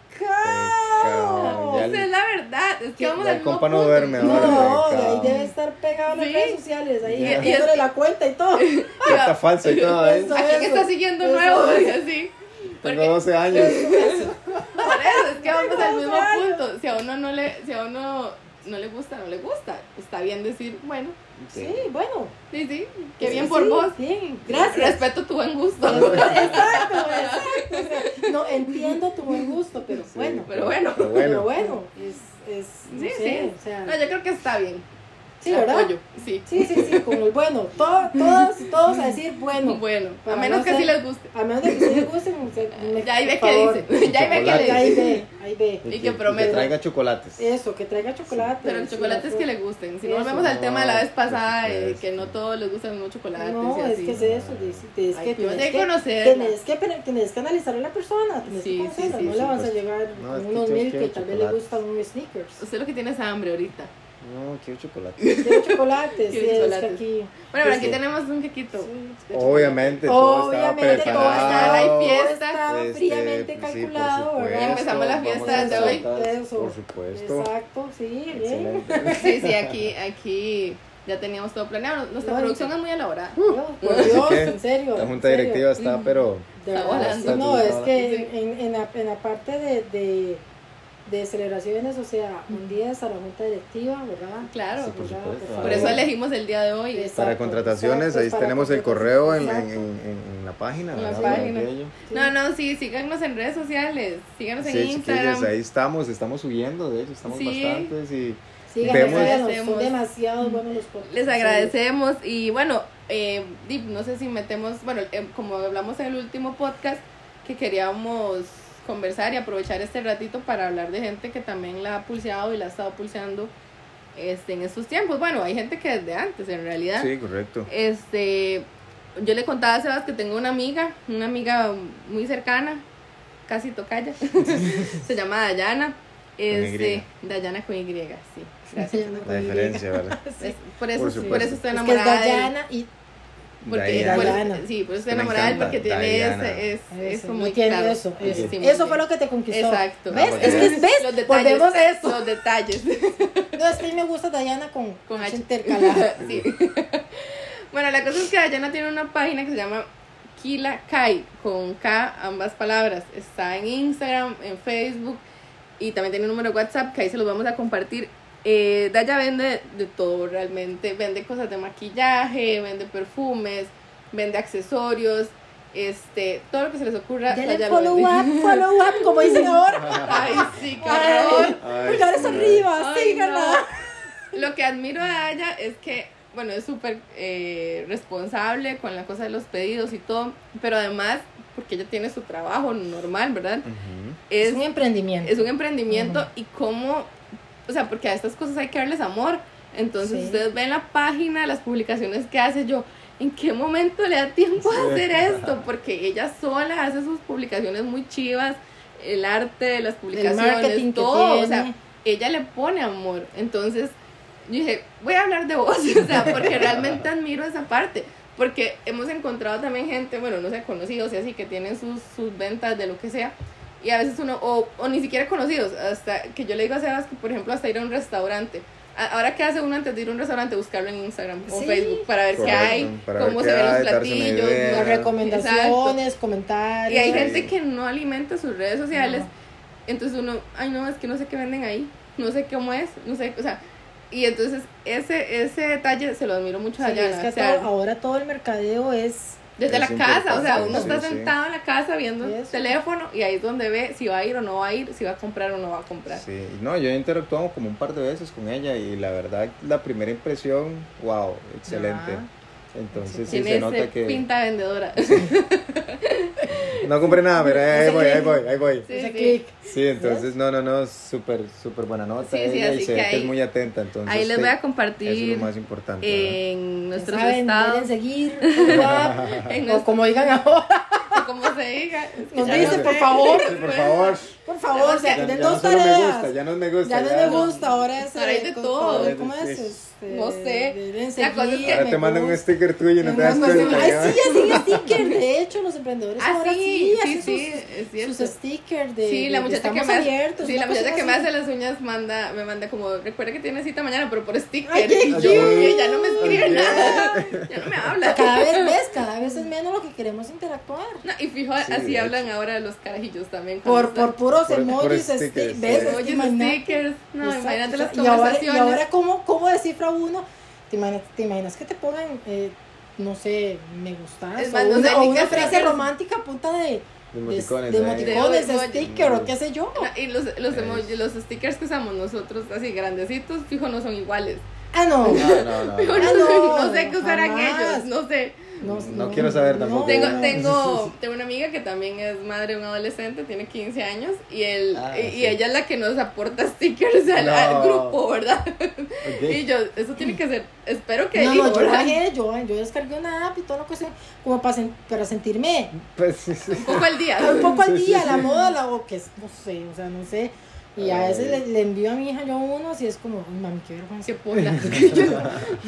pecado. Pecado, ya Esa es la verdad, es que Ya vamos el al mismo compa no punto. duerme No, ahora. no, Ay, de ahí cabrón. debe estar pegado en las Sí. redes sociales, ahí Y- y es- haciéndole la cuenta y todo. Está falso y todo, ¿eh? Eso. ¿A quién está siguiendo Eso. nuevo? Y así. Tengo 12 años. Por eso es que vamos al mismo Claro. punto. Si a uno no le, si a uno, no le gusta, no le gusta. Está bien decir, bueno, Sí, bueno. sí, sí, qué Sí, bien sí, por vos. Sí, gracias. Respeto tu buen gusto. Exacto, exacto. o sea, no entiendo tu buen gusto, pero Sí. bueno. Pero bueno. Pero Pero bueno. bueno, es, es no Sí, sé, sí. o sea, No, yo creo que está bien. sí, ¿verdad? Apoyo, sí. Sí, sí, sí, con el bueno. Todo- todos, todos a decir bueno. Bueno, a Para menos no que ser- sí les guste. A menos de que ustedes gusten, se- me- Ya ahí ve por que favor. dice. Ya ahí ve que Chocolate. le Ahí dice. ve, ahí ve. Y que Que prometa. traiga chocolates. Eso, que traiga chocolate. Pero el sí, chocolate la es que fruta. le gusten. Si Eso. no volvemos al tema de la vez pasada, Por eh, supuesto. que no todos les gusta el mismo chocolate. No, y es así. que es eso, dice, es Ay, que tú ya tenés que, conocerla. tenés que pre- tenés que analizar a la persona, tenés Sí, sí, que conocerla, sí, no sí, le vas a pues. llegar No, con es que unos yo mil que quiero tal vez le chocolate. gustan unos sneakers. Usted lo que tiene es hambre ahorita. No, quiero chocolate. Quiero chocolate, sí, Quiero es que chocolate. aquí... Bueno, pero Sí, aquí sí. tenemos un quequito. sí, Obviamente, todo estaba Obviamente, todo estaba preparado. ahí, todo fiesta. estaba Este, sí, fríamente por calculado, ¿verdad? supuesto, Empezamos la vamos fiesta a desde hoy. saltar, Eso. Por supuesto. Exacto, sí, bien. Excelente. Sí, sí, aquí, aquí ya teníamos todo planeado. Nuestra Lógico. producción es muy elaborada. Dios, por Así Dios, que, en serio. La en junta serio. directiva está, pero. De Está verdad, volando. sí, no, es que Sí. en, en la, en la parte de, de, de celebraciones, o sea, un día es a la junta directiva, ¿verdad? Claro. Sí, por ¿verdad? supuesto. Por eso Ah. elegimos el día de hoy. Exacto, Para contrataciones, exacto, ahí para tenemos el contrataciones, correo en, en, exacto. en, en- en la página. En la ¿verdad? página. De ello. Sí. No, no, sí, síganos en redes sociales. Síganos Sí, en chiquillos, Instagram. ahí estamos, estamos subiendo, de hecho, estamos Sí. bastantes y Síganos, Vemos- síganos, son Agradecemos. demasiado buenos los podcasts. Les agradecemos y bueno, eh, Dip, no sé si metemos, bueno, eh, como hablamos en el último podcast, que queríamos conversar y aprovechar este ratito para hablar de gente que también la ha pulseado y la ha estado pulseando este, en estos tiempos. Bueno, hay gente que desde antes en realidad. sí, correcto. Este, yo le contaba a Sebas que tengo una amiga, una amiga muy cercana, casi tocaya, se llama Dayana. Este, Dayana con Y, sí. Gracias. Dayana con La Y. diferencia, ¿verdad? Es- por, eso, Por por, supuesto. eso estoy Es que es enamorada de él. Dayana y Porque, Diana. por- Diana. sí, por eso estoy Me enamorada de él, encanta, porque tiene Diana. ese, es, eso, eso no muy tiene claro. eso. Eso, Sí, muy eso fue claro. lo que te conquistó. Exacto. ¿Ves? Ah, Es que es- ves, Los detalles, volvemos a eso. los detalles No, es que a mí me gusta Dayana con, con H. intercalada. Sí. Bueno, la cosa es que Dayana tiene una página que se llama Kila Kai, con K ambas palabras. Está en Instagram, en Facebook y también tiene un número de WhatsApp que ahí se los vamos a compartir. Eh, Daya vende de todo realmente, vende cosas de maquillaje, vende perfumes, vende accesorios, este, todo lo que se les ocurra. Ya Daya le lo follow vende. up, follow up, como dicen ahora. Ay, sí, qué Ay, horror. Ay, Pulgares sí, arriba, Ay, síganla. no. Lo que admiro de Aya es que, bueno, es súper eh, responsable con la cosa de los pedidos y todo, pero además, porque ella tiene su trabajo normal, ¿verdad? Ujú. Es Es, un emprendimiento. es un emprendimiento Ujú. y cómo, o sea, porque a estas cosas hay que darles amor. Entonces, Sí. ustedes ven la página, las publicaciones que hace yo. ¿En qué momento le da tiempo a Sí. hacer esto? Porque ella sola hace sus publicaciones muy chivas, el arte de las El marketing publicaciones, todo. O sea, ella le pone amor. Entonces, yo dije, voy a hablar de vos, o sea, porque realmente admiro esa parte. Porque hemos encontrado también gente, bueno, no sé, conocidos y así, que tienen sus, sus ventas de lo que sea. Y a veces uno, o, o ni siquiera conocidos, hasta que yo le digo a Sebas que, por ejemplo, hasta ir a un restaurante. A- Ahora, ¿qué hace uno antes de ir a un restaurante? Buscarlo en Instagram o Sí. Facebook para ver Correcto, qué hay, para ver cómo qué se ven hay, los darse una platillos. idea. Las recomendaciones, comentarios. Y hay Sí. gente que no alimenta sus redes sociales No. entonces uno, ay no, es que no sé qué venden ahí, no sé cómo es, no sé, o sea, y entonces ese ese detalle se lo admiro mucho a Sí, Dayana, es que o sea, todo- ahora todo el mercadeo es desde Es la casa, o sea, importante, uno está sí, sí. sentado en la casa viendo el Eso. teléfono y ahí es donde ve si va a ir o no va a ir, si va a comprar o no va a comprar. Sí, no, yo he interactuado como un par de veces con ella y la verdad, la primera impresión, wow, excelente. Ah. Entonces sí Tiene se ese nota que... pinta vendedora. No compré nada, pero ahí voy, ahí voy, ahí voy. Sí, ese sí. clic. Sí, entonces, no, no, no, súper, súper buena nota Sí, sí, ella y así se que ve que es ahí- muy atenta, entonces Ahí les sí, voy a eso es compartir eh, lo más importante. ¿verdad? en Ya nuestros saben, denle estados, seguir, follow up, en o como digan ahora, nuestro- como se diga. Es que nos ya dice, dicen, sé. por favor, Sí, por favor. por favor, o sea, Ya, tienen ya no dos solo me tareas. gusta, ya no me gusta. Ya no me no. gusta, ahora es Ahora hay de con- todo. ¿Cómo es? Sí. Es- este, No sé. denle La cosa es que- seguir, Ahora me te mandan un gusta. sticker tuyo y no te das Ay, cuenta. ya. sí, así el sticker. De hecho, los emprendedores Ah, ahora sí, sí, sí, sí, hacen sus- es sus, cierto. stickers de, sí, de- la de muchacha que estamos me hace, abiertos, sí, una la muchacha cosa que me así. hace las uñas manda, me manda como, recuerda que tiene cita mañana, pero por sticker. Ay, qué y yo, cute. "Ok, ya no me escribe Ay, nada, ya no me habla. Cada vez ves, cada vez es menos lo que queremos interactuar. No, y fijo, Sí, así de hablan hecho. ahora de los carajillos también. Por, cuando por puros Por- por emojis, stickers, esti- sí. ves, están- Oye, estima- esos stickers, no, Exacto, imagínate las o sea, y ahora, y conversaciones. ahora ¿cómo, cómo descifra uno? ¿Te imaginas, te imaginas que te pongan, eh, no sé, me gustas? Es o más, no una, sé, o ni una qué frase stickers. romántica a punta de, de, de Emoticones, emoticones, ¿eh? De de emoji. sticker o qué sé yo. No, y los, los, Es- emoji- los stickers que usamos nosotros, así grandecitos, fijo, no son iguales. Ah, no. No, no, no. Fijo, no. no, Ah, no, no sé qué usarán jamás. ellos, no sé. No, No quiero saber tampoco. Tengo, Ah. tengo, tengo una amiga que también es madre de un adolescente, tiene 15 años, y, él, Ah, y, y sí. ella es la que nos aporta stickers al, No. al grupo, ¿verdad? Ok. Y yo, eso tiene que ser, espero que... No, digo, no, yo ¿verdad? bajé, yo, yo descargué una app y toda la cosa, como para, sen- para sentirme Pues sí, sí. un poco al día. un poco al Sí, sí, día, sí. la moda, la, o que es, no sé, o sea, no sé. Y a Ay. veces le, le envío a mi hija yo unos y es como, "Uy, mami, qué vergüenza. Qué pula.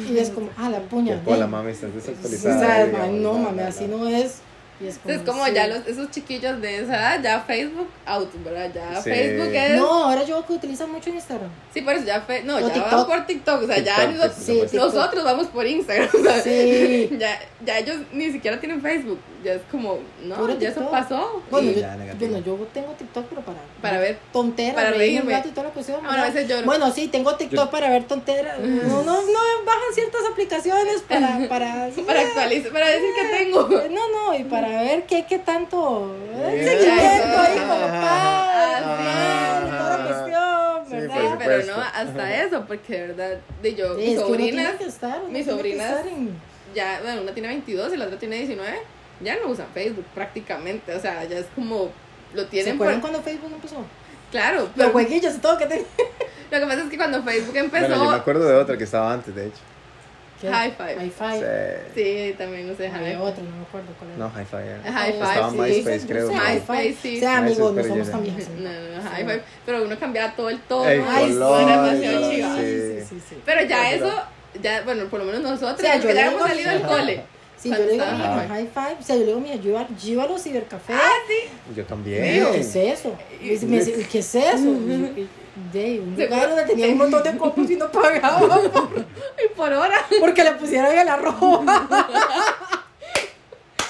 Y es como, ah, la puña. Qué pola, ven". mami, estás O desactualizada. sea, digamos, mami, no, mami, así no es. Y es como, Es como sí. ya los, esos chiquillos de esa edad, ya Facebook out, ¿verdad? Ya Sí. Facebook es... No, ahora yo que utilizo mucho Instagram. Sí, por eso ya fe, no, O ya TikTok. vamos por TikTok, o sea, ya TikTok, nos- por Sí, supuesto. TikTok. nosotros vamos por Instagram, o sea, Sí. ya, ya ellos ni siquiera tienen Facebook, ya es como, no, Puro ya eso TikTok. pasó. Bueno, Sí, yo, ya, negativo. bueno, yo tengo TikTok, pero para, Para ver. tonteras, para reírme un reírme. rato y toda la cuestión, Bueno, a ¿verdad? veces lloro. Bueno, sí, tengo TikTok Yo- para ver tonteras. No, no, no, bajan ciertas aplicaciones para, para, para actualizar, para decir que tengo. Eh, No, no, y para ver qué, qué tanto eh, Bien. seguimiento ahí Ajá. como padre, Ah, madre, toda la sí. pues. cuestión, Sí, ¿verdad? por Pero supuesto. no, hasta eso, porque de verdad, de yo, Sí, mis es que uno tiene sobrinas, que estar, uno mis tiene que sobrinas- estar en- ya, bueno, una tiene 22 y la otra tiene 19, ya no usan Facebook prácticamente, o sea, ya es como, lo ¿Se tienen por- acuerdan cuando Facebook empezó? claro, Los pero lo jueguillos y todo que te... que pasa es que cuando Facebook empezó, Bueno, yo me acuerdo de otra que estaba antes, de hecho. High five. High five. Sí. sí, también no se dejan. Había otro, no me acuerdo cuál era. No, High Five. era. High Five, Estaba sí. MySpace, creo. Sí, ¿no? MySpace. sí. O sea, amigos, no MySpace, somos pero tan ya- viejos. No, no, no, high five. Pero uno cambiaba todo el todo. El Ay, sí, color, era el demasiado color, chiva. sí. sí, sí. Pero ya Pero- eso, ya, bueno, por lo menos nosotros, O sea, yo porque le ya digo- hemos salido del cole. Si yo le digo a mi Cuando hija, estaba- high five, o sea, yo le digo, mira, yo iba, yo iba a los cibercafés. Yo Y yo, ¿Qué también. es eso? Y me dice, "¿Y ¿qué es eso? Y yo, "Dey, un lugar donde tenía un montón de copos y no pagaba Y por hora. porque le pusieron el arroz.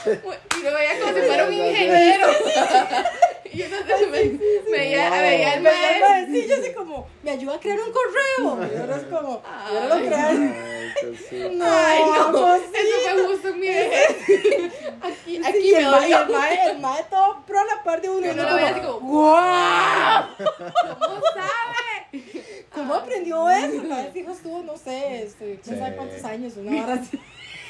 Y lo veía como si fuera un ingeniero. Y entonces me, me veía, Wow. veía el Me llama maestro. a decir, yo así como, me ayuda a crear un correo. Y ahora es como, yo no lo Ay. creas. Ay, qué sí. No, Ay, no. pues, vamos, sí. Eso fue justo en mi vejez. Aquí, Sí, aquí y me el mae, odio. el mae, el mae todo pro a la par de uno. Y Yo uno no lo veía así como, como, ¡guau! ¿cómo sabe? ¿Cómo aprendió eso? El mae fijo estuvo, no sé, este, quién Sí. sabe cuántos años, una hora así.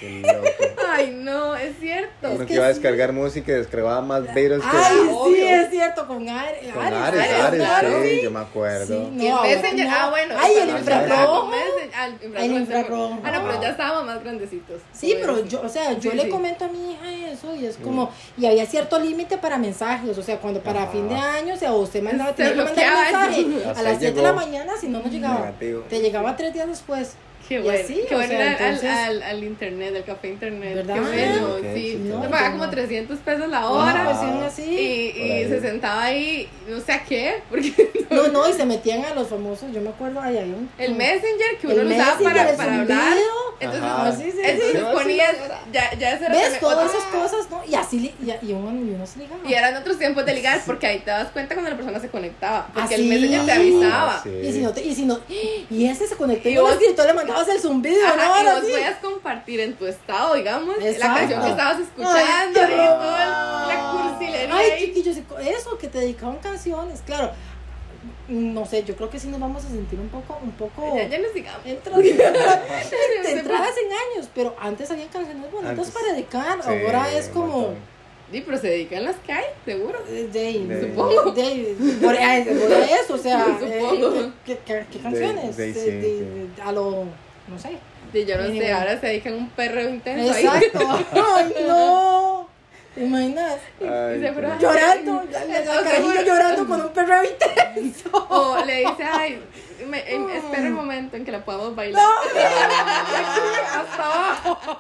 Qué loco. Ay, no, es cierto. Uno que que iba a sí. descargar música y descargaba más Beatles que Ay, sí, obvio. es cierto, con Ares. con Ares, Ares, Ares, claro, sí, yo me acuerdo. Y el ahora Messenger, no. ah, bueno. Ay, el cuando infrarrojo. empezamos Messenger- ah, el infrarrojo. El infrarrojo. Ah, no, pero Ah. ya estábamos más grandecitos. Sí, pero yo, o sea, yo Sí, le sí. comento a mi hija eso y es como, y había cierto límite para mensajes, o sea, cuando para Ajá. fin de año, o sea, usted mandaba, Se tenía que mandar un bloqueaba eso. mensaje Hasta ahí a las 7 de llegó. la mañana, si no, no llegaba. Negativo. Te llegaba tres días después. Qué Y bueno. así, qué o bueno sea, era al- entonces- al, al internet, al café internet. ¿Verdad? Qué bueno, Sí, ok, sí. sí, claro. Se pagaba No, como no. 300 pesos la Una hora. pues, cuestión Ah. Y, así. y Por ahí. se sentaba ahí, no sé a qué, porque No, no, y se metían a los famosos, yo me acuerdo, ay, había un... el un- Messenger que el uno lo usaba Messenger, para, el para hablar. zumbido. Entonces, Ajá. Sí, sí, entonces sí. ponías, ya, ya eso era ¿Ves? también Todas otro- esas cosas, ¿no? Y así, li- y, y uno, y uno se ligaba. Y eran otros tiempos de ligar, porque ahí te das cuenta cuando la persona se conectaba. Porque Así. el Messenger te Ah, avisaba. sí. Y si no, te- y si no, y ese se conectó Y y, vos, vos- y tú le mandabas el zumbido, Ajá, ¿no? y Ahora vos sí. podías compartir en tu estado, digamos, la Exacto. canción que estabas Ay, qué escuchando y todo el- la bueno. cursilería Ay, ahí. chiquillos, eso que te dedicaban canciones, claro. No sé, yo creo que sí nos vamos a sentir un poco, un poco. Ya, ya nos digamos. Entras, te Sí, entrabas en años, pero antes había canciones bonitas Antes. para dedicar. Sí, Ahora es un como. montón. pero se dedican las que hay, seguro. eh, De, De- Supongo. de- por, eh, por eso, o sea, Supongo. eh, ¿qué, qué- qué canciones? de- De- sí, de- a lo, no sé. Y yo no sé, Mínimo. ahora se dedican un perro intenso ahí. Exacto. Ay, no. ¿Te imaginas? Ay, Y se qué fueron. loco. Llorando, la, la- la carajillo llorando con un perro ahorita. O le dice, ay, me- em- espero el momento en que la podamos bailar. Hasta abajo.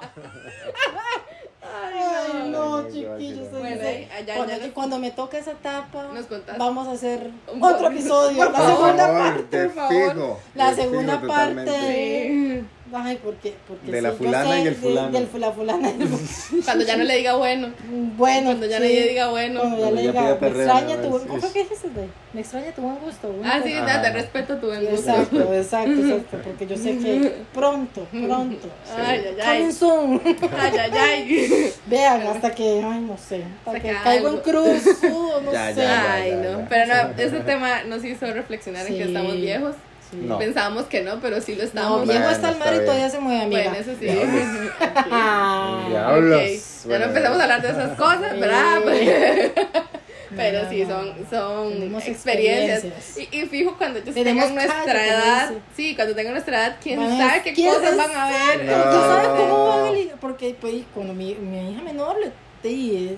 Ay, no, Ay, chiquillos. no, se Bueno, dice, ahí, allá, cuando, ya nos- cuando me toque esa etapa, Nos contás. vamos a hacer Un otro bonus. episodio. Por La segunda parte. de por favor. fijo, La de fijo segunda totalmente. parte. Ay, porque, porque De la sí, yo fulana sé y el de- fulano. del fu- la fulana. y el fu- Cuando ya no le diga bueno. bueno, Cuando ya sí. nadie diga bueno. Cuando ya Cuando le ya diga, pida me perreo, extraña ¿no? tu buen Sí, gusto. sí. ¿Qué dijiste, güey? Me extraña tu buen gusto. buen Ah, sí, gusto. te, Ajá. te respeto tu buen gusto. Exacto, exacto, exacto. Porque yo sé que pronto, pronto. Ay, ay, Coming ay. soon. Ay, ay, ay. Vean, hasta que, ay, no sé, hasta Hasta que que caigo en algo. cruz, sudo, no Ya, sé. ya. Ay, no. Pero no, este tema nos hizo reflexionar en que Sí. estamos viejos. Sí. No. Pensábamos que no, pero sí lo No, estamos. viejo Bueno, hasta el está mar y bien. todavía se mueve, amiga. bueno, eso sí. Ah. Diablos. Ok, Ya Bueno, no empezamos a hablar de esas cosas, Eh. ¿verdad? No, no, Pero sí, no, son, no. son Tenemos experiencias. experiencias. Y, y fijo, cuando ellos Tenemos tengan nuestra calle, como edad, dice. sí, cuando tengan nuestra edad, quién Van a- sabe qué ¿quién cosas van a ver. Pero tú sabes No. cómo van a li- Porque pues, cuando mi, mi hija menor le, te-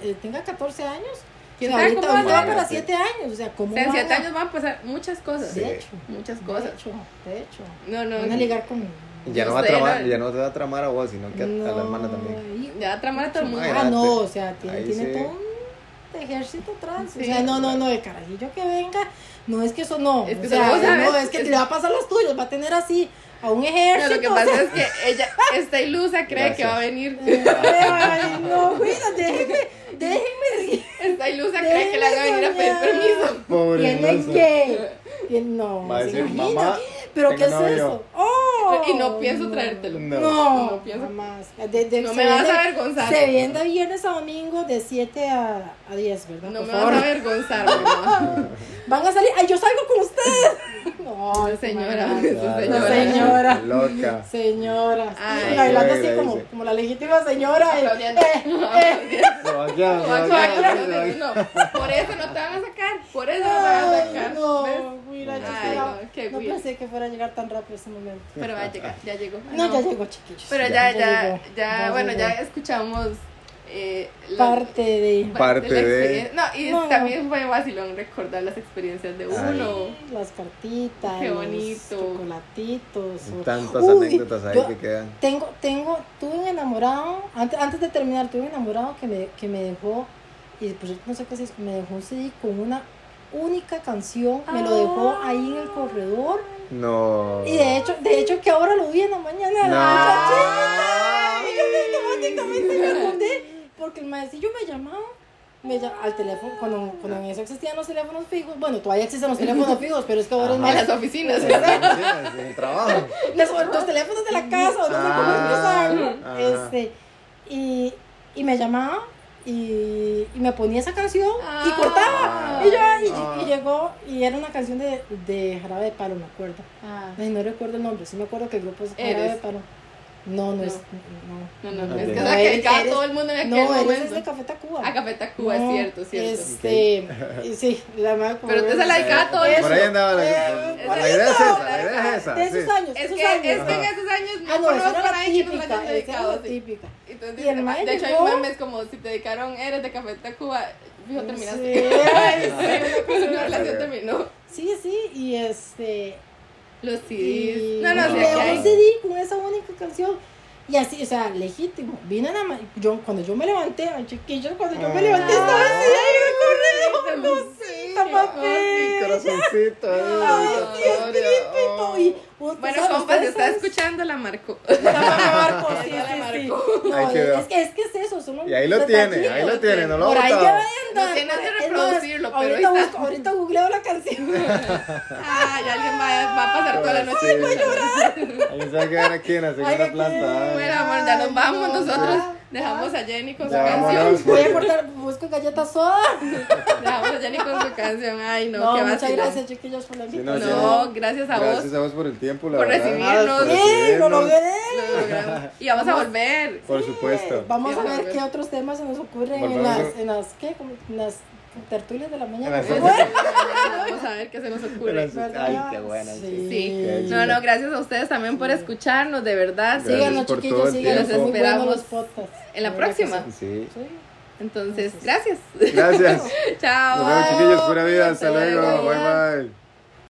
eh, tenga 14 años, ¿Quién o sea, sabe ahorita cómo van a va ver? para Sí. 7 años. O sea, ¿cómo O sea, en van siete a- años van a pasar muchas cosas. Sí. De hecho, Muchas de cosas. hecho, de hecho. No, no. Van a ligar con. Ya no, va a No sé, tramar, no. ya no te va a tramar a vos, sino que a, a la hermana también. hijo. Ya va a tramar a todo el mundo. Ay, Ah, date. no, o sea, tiene, Ahí tiene sí. todo un ejército atrás. O Sí. sea, no, no, no, el carajillo que venga, no es que eso no. Es que o sea, solo vos no, sabes. es que te le va a pasar las tuyas, va a tener así a un No, ejército. lo que o sea, pasa es que ella, esta ilusa, cree que Gracias. va a venir. Ay, no, cuida, déjenme, déjenme. Esta ilusa cree que le van a venir a pedir Déjeme soñar. permiso. Pobre Tienen mozo. que. Tien- No, Va a ¿se decir, imaginan? mamá, ¿Pero qué es tengo novio. eso? Oh, Y no pienso traértelo. No. No, No pienso. jamás. De- de- No se me vas viene- a avergonzar. Se viene de viernes a domingo de 7 a, a 10, ¿verdad? No Por me favor. vas a avergonzar, mamá. Van a salir, ay, yo salgo con ustedes. No, señora. mamá. Claro, La señora. señora. Loca. Señora. Ay. Y bailando así Suegra, como, dice. como la legítima señora. eh, Aplaudiendo. eh, eh. Se va a quedar, se va a quedar, se va a quedar. No, por eso no te van a sacar. Por eso no te van a Ay, sacar. no, ¿ves? mira, yo Ay, esperaba- no, qué no weird. pensé que fuera a llegar tan rápido ese momento. Pero va a llegar, ya llegó. No, ya llegó, chiquillos. Pero ya, ya, llegó, ya, ya bueno, llegó. ya escuchamos. Eh, la- Parte de Parte la de- experiencia. No, y No. también fue vacilón recordar las experiencias de uno. las cartitas, Qué los bonito. chocolatitos. o- Tantas Uy, anécdotas ahí yo- que quedan. Tengo, tengo, tuve un enamorado, antes, antes de terminar, tuve un enamorado que me, que me dejó, y pues no sé qué es, me dejó un CD con una única canción, me lo dejó ahí en el corredor, No. y de hecho, de hecho que ahora lo vi en la mañana, No. la muchachita, y yo automáticamente me acordé, porque el maestrillo me llamaba, me llama- al teléfono, cuando, cuando en eso existían los teléfonos fijos, bueno, todavía existen los teléfonos fijos, pero es que ahora es Ajá. En más las oficinas. En las oficinas, en el trabajo. los, los teléfonos de la casa, o no sé cómo Ah, empezar, ajá. Este, y, y me llamaba y, y me ponía esa canción y Ah. cortaba. Ah, Y, yo, y- ah. y llegó, y era una canción de, de Jarabe de Palo, me acuerdo. Ah, Ay, no recuerdo el nombre, sí me acuerdo que el grupo es Jarabe Eres. de Palo. No, no, No. es. no, No, no, no, Ok. es que No, la que eres- dedicaba eres- todo el mundo en aquel No, eres momento. es de Café Tacuba. A Café Tacuba, No, cierto, cierto. Este, y sí, la madre como- Pero usted se la dedicaba a todo el Por mundo. ahí andaba la, Eh, la idea es esa, la idea es esa. De esos sí. años, Es esos que es años. que en Ajá. esos años Ah, no no, esa conozco era a la nadie que nos hayan típica, esa era dedicado. la sí. típica. Entonces, "Ah, Y el mae de hecho, llegó. hay memes como si te dedicaron Eres de Café Tacuba, fijo, terminaste. Sí, ay, Una relación terminó. sí, sí, y este. Los y- CDs. No, no, y sí, me aquí dejó un hay. CD con esa única canción. Y así, o sea, legítimo. Vine a la ma- yo Cuando yo me levanté, ay, chiquillos, cuando yo me levanté, estaba así, ay, me corrió, cosita, qué papi. Corazoncito. eh, Ay, qué Pito, y un- Bueno, ¿sabes? compa, si Ustedes está saben- escuchando, la marco. Estaba me marco, sí, Ya la sí, sí. marcó. No, Ahí quedó. es, que, es que es eso, son los Oh. Y ahí lo tiene, ahí lo tiene, no lo Por ha ahí botado. ya No andan. tienes que Es más, reproducirlo, pero ahorita ahí está. busco- ahorita googleo la canción. Ay, Ah, alguien va, va a pasar toda la noche. Ahí se va a quedar aquí en la Ay, segunda qué planta. eh. Bueno, ay. amor, ya Ay, nos vamos no, nosotros. ya. Dejamos a Jenny con su Ya, canción. vámonos. pues. Voy a cortar, busco galletas soda. Dejamos a Jenny con su canción. Ay, no, No, qué muchas vacilón. gracias, chiquillos, por la Sí, invitación. no, pues, No, gracias a vos. Gracias a vos por el tiempo, la Por verdad. recibirnos. Por Sí, ¡Eh, lo recibirnos. logré! Lo logramos. Y vamos a volver. Por supuesto. Vamos a Sí, ver vamos. qué otros temas se nos ocurren en Volvamos a- las, en las, ¿qué? Como En las tertulias de la mañana. En las Bueno, Vamos a ver qué se nos ocurre. Gracias. Ay, qué bueno, Sí. Sí. Sí. No, no, gracias a ustedes también por escucharnos, de verdad. Sí. Gracias por Síganos, todo chiquillos, el síganos. tiempo. Muy buenos los Esperamos podcasts. en la De verdad que próxima. Sí. sí. Sí. Entonces, gracias. Gracias. Chao. Nos vemos, chiquillos. Pura vida. Hasta Hasta luego. luego. Bye, bye.